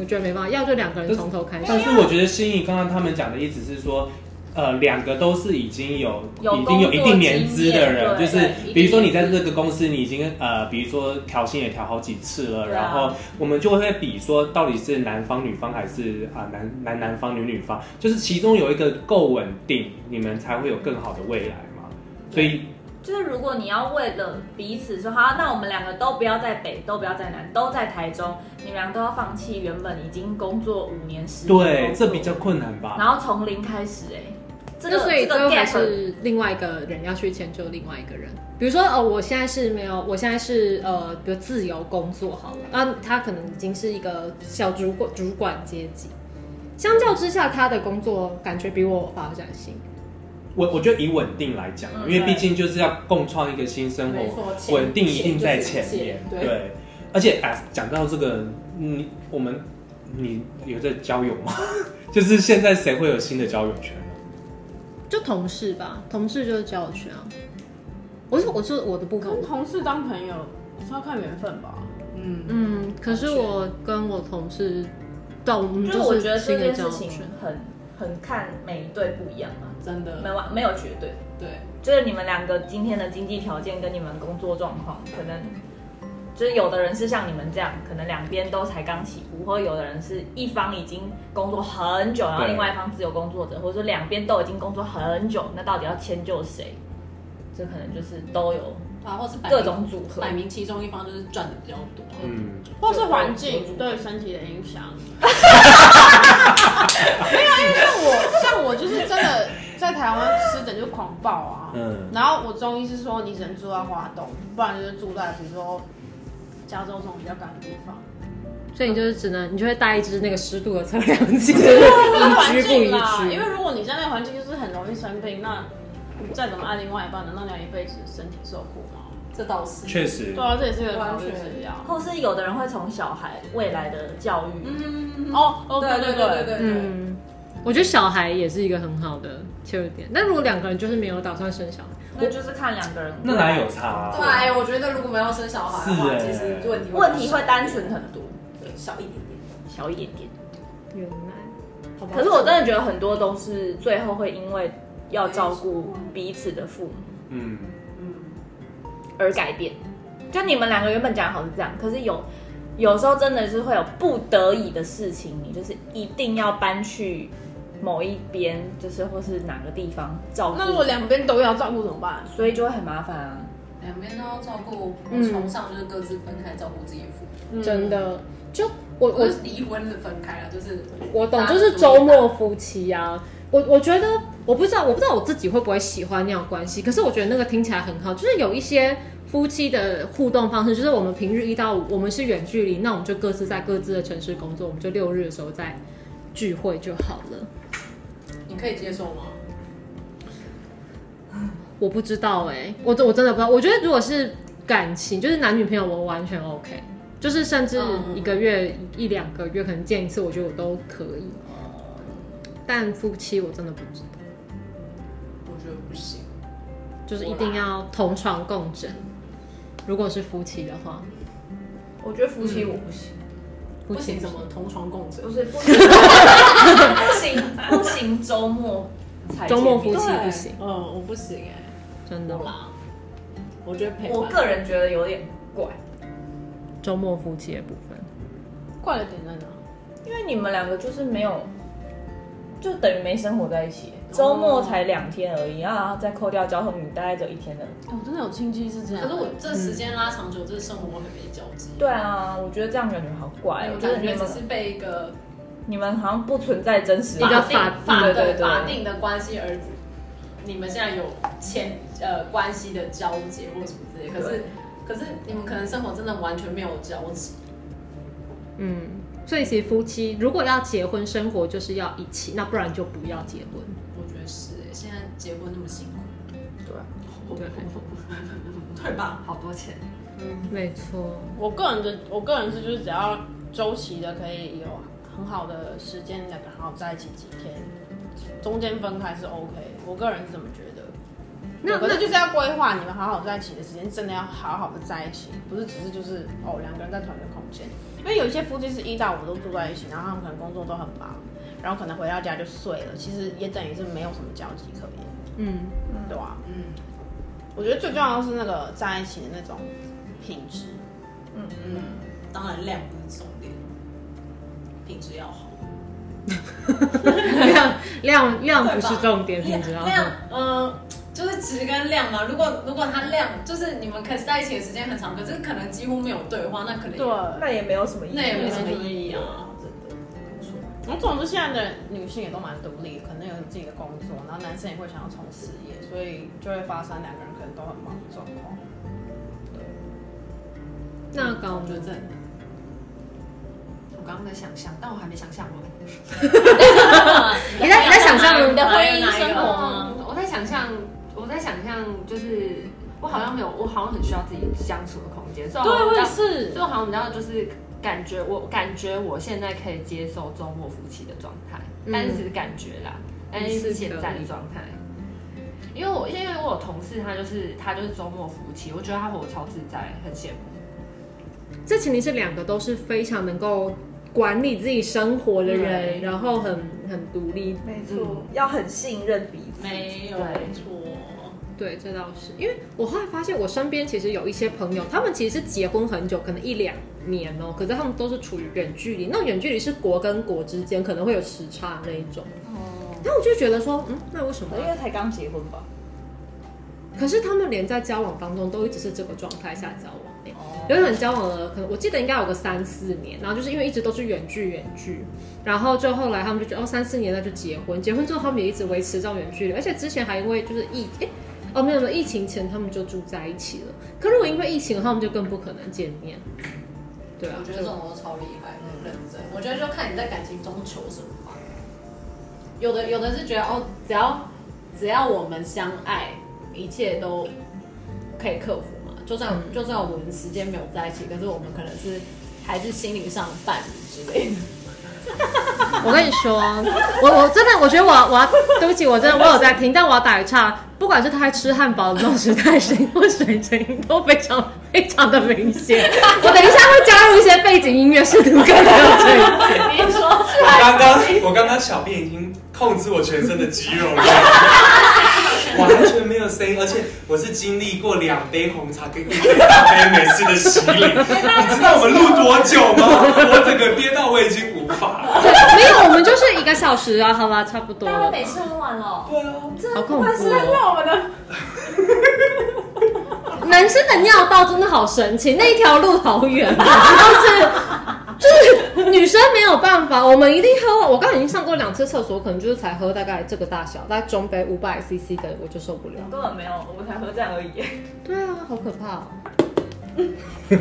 Speaker 1: 我觉得没办法，要就两个人从头开始。
Speaker 2: 但是我觉得心仪刚刚他们讲的意思是说。呃，两个都是已经有
Speaker 6: 有
Speaker 2: 已经有一定年资的
Speaker 6: 工
Speaker 2: 人，
Speaker 6: 作
Speaker 2: 就
Speaker 6: 经验
Speaker 2: 是
Speaker 6: 对对
Speaker 2: 比如说你在这个公司，你已经呃，比如说调薪也调好几次了，
Speaker 6: 对啊
Speaker 2: 然后我们就会比说到底是男方女方还是啊、男男男方女女方，就是其中有一个够稳定，你们才会有更好的未来嘛。所以
Speaker 4: 就是如果你要为了彼此说好，那我们两个都不要在北，都不要在南，都在台中，你们俩都要放弃原本已经工作五年十年的
Speaker 2: 对，
Speaker 4: 工
Speaker 2: 这
Speaker 4: 作
Speaker 2: 比较困难吧。
Speaker 4: 然后从零开始、哎，这个
Speaker 1: 那所以
Speaker 4: 这
Speaker 1: 最后
Speaker 4: 个
Speaker 1: 还
Speaker 4: gap
Speaker 1: 是另外一个人要去迁就另外一个人。比如说，哦，我现在是没有，我现在是呃，比如自由工作好了，啊，他可能已经是一个小主管主管阶级。相较之下，他的工作感觉比我发展性。
Speaker 2: 我我觉得以稳定来讲，因为毕竟就是要共创一个新生
Speaker 3: 嗯没错
Speaker 2: 活，
Speaker 3: 钱
Speaker 2: 稳定一定在前
Speaker 3: 钱就是
Speaker 2: 面
Speaker 3: 钱。对
Speaker 2: 对，而且啊，讲到这个，你我们你有在交友吗？ 就是现在谁会有新的交友圈呢？
Speaker 1: 就同事吧，同事就是交友圈啊。我是我是我的部分，
Speaker 3: 跟同事当朋友是要看缘分吧。
Speaker 6: 嗯，
Speaker 1: 嗯，可是我跟我同事，对，我们
Speaker 4: 就是我觉得
Speaker 1: 是新
Speaker 4: 这
Speaker 1: 的
Speaker 4: 件
Speaker 1: 交
Speaker 4: 事
Speaker 1: 友
Speaker 4: 情
Speaker 1: 圈。
Speaker 4: 很很看每一对不一样啊，
Speaker 3: 真的
Speaker 4: 没完没有绝对，
Speaker 3: 对，
Speaker 6: 嗯
Speaker 4: 就是你们两个今天的经济条件跟你们工作状况，可能就是有的人是像你们这样，可能两边都才刚起步，或者有的人是一方已经工作很久，然后
Speaker 2: 对
Speaker 4: 另外一方自由工作者，或者说两边都已经工作很久，那到底要迁就谁？这可能就是都有
Speaker 3: 啊，或是摆明
Speaker 4: 各种组合
Speaker 3: 摆。明其中一方就是赚的比较多，
Speaker 2: 嗯，
Speaker 3: 或是环境对身体的影 响。没有，因为像我像我就是真的在台湾湿疹就狂暴啊，
Speaker 2: 嗯
Speaker 3: 然后我中医是说你只能住在华东，不然就是住在比如说加州这种比较干的地方。
Speaker 1: 所以你就是只能，你就会带一支那个湿度的测量 机，
Speaker 3: 环
Speaker 1: 宜居不
Speaker 3: 境
Speaker 1: 宜
Speaker 3: 啦，
Speaker 1: 居。
Speaker 3: 因为如果你在那个环境就是很容易生病，那你再怎么爱另外一半，难道你要一辈子身体受苦吗？
Speaker 6: 这倒是。
Speaker 2: 确实
Speaker 3: 对，啊，这也是一个考虑
Speaker 6: 完全
Speaker 3: 之一啊。
Speaker 4: 或是有的人会从小孩未来的教育，
Speaker 3: 哦，哦，对对对
Speaker 6: 对对对
Speaker 3: 对对，
Speaker 6: 对对，
Speaker 1: 嗯，我觉得小孩也是一个很好的切入点。但如果两个人就是没有打算生小孩，
Speaker 4: 那就是看两个人
Speaker 2: 那哪有差、啊？
Speaker 3: 哎
Speaker 6: 对，哎我觉得如果没有生小孩的话，
Speaker 2: 是欸
Speaker 6: 其实问题
Speaker 4: 问题会单纯很多，
Speaker 6: 小一点点。
Speaker 4: 小一点点。
Speaker 1: 原来
Speaker 4: 可是我真的觉得很多都是最后会因为要照顾彼此的父母
Speaker 2: 嗯，
Speaker 4: 而改变。就你们两个原本讲好是这样，可是有有时候真的是会有不得已的事情，你就是一定要搬去某一边，就是或是哪个地方照顾。
Speaker 3: 那如果两边都要照顾怎么办？
Speaker 4: 所以就会很麻烦啊。
Speaker 1: 嗯
Speaker 6: 两边都要照顾，我崇尚就是各自分开照顾自己的父母。
Speaker 1: 真的就
Speaker 6: 嗯
Speaker 1: 我
Speaker 3: 我
Speaker 1: 我
Speaker 3: 是离婚的分开了，啊就是
Speaker 1: 我懂，
Speaker 3: 大家
Speaker 1: 就是周末夫妻啊。我我觉得我不知道，我不知道我自己会不会喜欢那样的关系。可是我觉得那个听起来很好，就是有一些夫妻的互动方式，就是我们平日一到五我们是远距离，那我们就各自在各自的城市工作，我们就六日的时候再聚会就好了。
Speaker 3: 你可以接受吗？
Speaker 1: 我不知道哎、我我真的不知道。我觉得如果是感情，就是男女朋友，我完全 OK，就是甚至
Speaker 3: 嗯
Speaker 1: 一个月、一两个月可能见一次，我觉得我都可以。但夫妻我真的不知道。
Speaker 3: 我觉得不行。
Speaker 1: 就是一定要同床共枕。如果是夫妻的话，
Speaker 9: 我觉得夫妻我不行，
Speaker 1: 夫
Speaker 3: 不
Speaker 1: 妻
Speaker 3: 行，什么同床共枕
Speaker 9: 不？是不 行，不行，不行，周末才
Speaker 1: 周末夫
Speaker 9: 见
Speaker 1: 妻
Speaker 9: 面
Speaker 1: 不行，
Speaker 10: 嗯，我不行哎，
Speaker 1: 真的
Speaker 3: 不。啦，
Speaker 10: 我觉得陪
Speaker 9: 我
Speaker 10: 伴
Speaker 9: 个人觉得有点怪，
Speaker 1: 周末夫妻的部分，
Speaker 6: 怪了点在哪？
Speaker 9: 因为你们两个就是没有，就等于没生活在一起，
Speaker 3: 哦
Speaker 9: 周末才两天而已，然后再扣掉交通，你大概只有一天的。
Speaker 6: 哎我真的有亲戚是这样
Speaker 3: 可是我这时间拉长久，这生活很没交集。
Speaker 9: 对啊，我觉得这样感觉好怪，嗯我
Speaker 3: 哎我
Speaker 9: 觉得
Speaker 3: 感
Speaker 9: 你
Speaker 3: 觉只
Speaker 9: 们
Speaker 3: 是被一个
Speaker 9: 你们好像不存在真实
Speaker 1: 一个
Speaker 9: 的。
Speaker 3: 法
Speaker 1: 法
Speaker 3: 定法
Speaker 9: 对对对
Speaker 3: 法定的关系而你们现在有牵呃关系的交结或什么之类，可是可是你们可能生活真的完全没有交集。
Speaker 1: 嗯，所以其实夫妻如果要结婚，生活就是要一起，那不然就不要结婚。
Speaker 3: 我觉得是欸，现在结婚那么辛苦，
Speaker 1: 对，
Speaker 3: 对吧？好多钱，
Speaker 1: 没错。
Speaker 6: 我个人的，我个人是就是只要周期的可以有很好的时间两个好在一起几天，中间分开是 OK。我个人是这么觉得。
Speaker 1: 那
Speaker 6: 可
Speaker 1: 那
Speaker 6: 是就是要规划你们好好在一起的时间，真的要好好的在一起，不是只是就是哦两个人在同一个空间。因为有一些夫妻是一到五都住在一起，然后他们可能工作都很忙，然后可能回到家就睡了，其实也等于是没有什么交集可言。
Speaker 1: 嗯，
Speaker 6: 对啊，嗯，我觉得最重要的是那个在一起的那种品质。
Speaker 3: 嗯当然量不是重点，品质要好。
Speaker 1: 量量量不是重点，啊你知道
Speaker 3: 量
Speaker 1: 吗？，
Speaker 3: 呃，就是值跟量嘛。如果如果它量，就是你们可以在一起的时间很长，可是可能几乎没有对话，那可能也
Speaker 6: 对，
Speaker 1: 啊
Speaker 9: 那也没有什么意义
Speaker 3: 那也没
Speaker 9: 啊。
Speaker 3: 什么意义啊。真的，
Speaker 6: 然后总之现在的女性也都蛮独立，可能有自己的工作，然后男生也会想要从事业，所以就会发生两个人可能都很忙的状况。
Speaker 1: 那搞
Speaker 3: 我觉得这很难。我刚刚在想象，但我还没想象完。
Speaker 1: 你在你在想象
Speaker 3: 你的
Speaker 1: 吗
Speaker 3: 婚姻生活吗
Speaker 7: 嗯，我在想象，我在想象，就是我好像没有，我好像很需要自己相处的空间。对，我也是。
Speaker 1: 嗯
Speaker 7: 就好像比较就是感觉我感觉我现在可以接受周末夫妻的状态，
Speaker 1: 嗯
Speaker 7: 但是只是感觉啦，但是是现在的状态。因为我因为我有同事，他就是他就是周末夫妻，我觉得他活得超自在，很羡慕。
Speaker 1: 这前提是两个都是非常能够管理自己生活的人，然后很很独立。
Speaker 9: 没错，要很信任彼此。
Speaker 3: 嗯没有
Speaker 7: 对
Speaker 3: 错，
Speaker 1: 对，这倒是，因为我后来发现，我身边其实有一些朋友，他们其实是结婚很久，可能一两年哦，可是他们都是处于远距离，那种远距离是国跟国之间可能会有时差那一种。哦。那我就觉得说，嗯，那为什么
Speaker 9: 因
Speaker 1: 要？
Speaker 9: 为才刚结婚吧，
Speaker 1: 可是他们连在交往当中都一直是这个状态下交往、欸，
Speaker 3: 哦
Speaker 1: 有可能交往了，可能我记得应该有个三四年，然后就是因为一直都是远距远距，然后就后来他们就觉得哦三四年那就结婚，结婚之后他们也一直维持这种远距离，而且之前还因为就是疫哎、哦没有没有疫情前他们就住在一起了，可如果因为疫情的话，他们就更不可能见面，对啊，
Speaker 3: 我觉得这种都超厉害，很认真。我觉得就看你在感情中求什么吧。有的有的是觉得哦，只要只要我们相爱，一切都可以克服嘛。就算
Speaker 1: 嗯
Speaker 3: 就算我们时间没有在一起，可是我们可能是还是心灵上的伴侣之类的。
Speaker 1: 我跟你说，我我真的我觉得我我要对不起，我真的我有在听，但我要打个岔。不管是他在吃汉堡的同时，他在谁或水声都非常非常的明显。 我等一下会加入一些背景音乐，试图跟这个
Speaker 2: 我刚刚我刚刚小便已经控制我全身的肌肉了，完全没有声音，而且我是经历过两杯红茶跟一杯咖啡美式的洗礼。你知道我们录多久吗？我整个憋到我已经无法 了。
Speaker 1: 对，没有，我们就是一个小时啊，好吧，差不多了吧，
Speaker 9: 次喝完了，
Speaker 2: 对啊，
Speaker 1: 好恐怖、哦。
Speaker 9: 我们的
Speaker 1: 男生的尿道真的好神奇，那一条路好远啊，就是。就是女生没有办法，我们一定喝。我刚刚已经上过两次厕所，可能就是才喝大概这个大小，大概中杯五百 CC 的，我就受不了。
Speaker 9: 我根本没有，我才喝这样而已。
Speaker 1: 对啊，好可怕哦。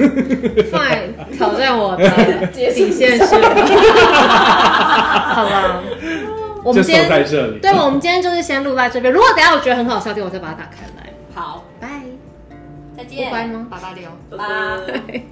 Speaker 1: Fine，挑战我的底线是，好 吧？我
Speaker 2: 就
Speaker 1: 们今
Speaker 2: 守在
Speaker 1: 天，
Speaker 2: 这里。
Speaker 1: 对，我们今天就是先录在这边。如果等一下我觉得很好笑的地方，我再把它打开来。
Speaker 3: 好，
Speaker 1: 拜，
Speaker 3: 再见，
Speaker 1: 不乖吗？
Speaker 3: 八八六，
Speaker 9: 拜。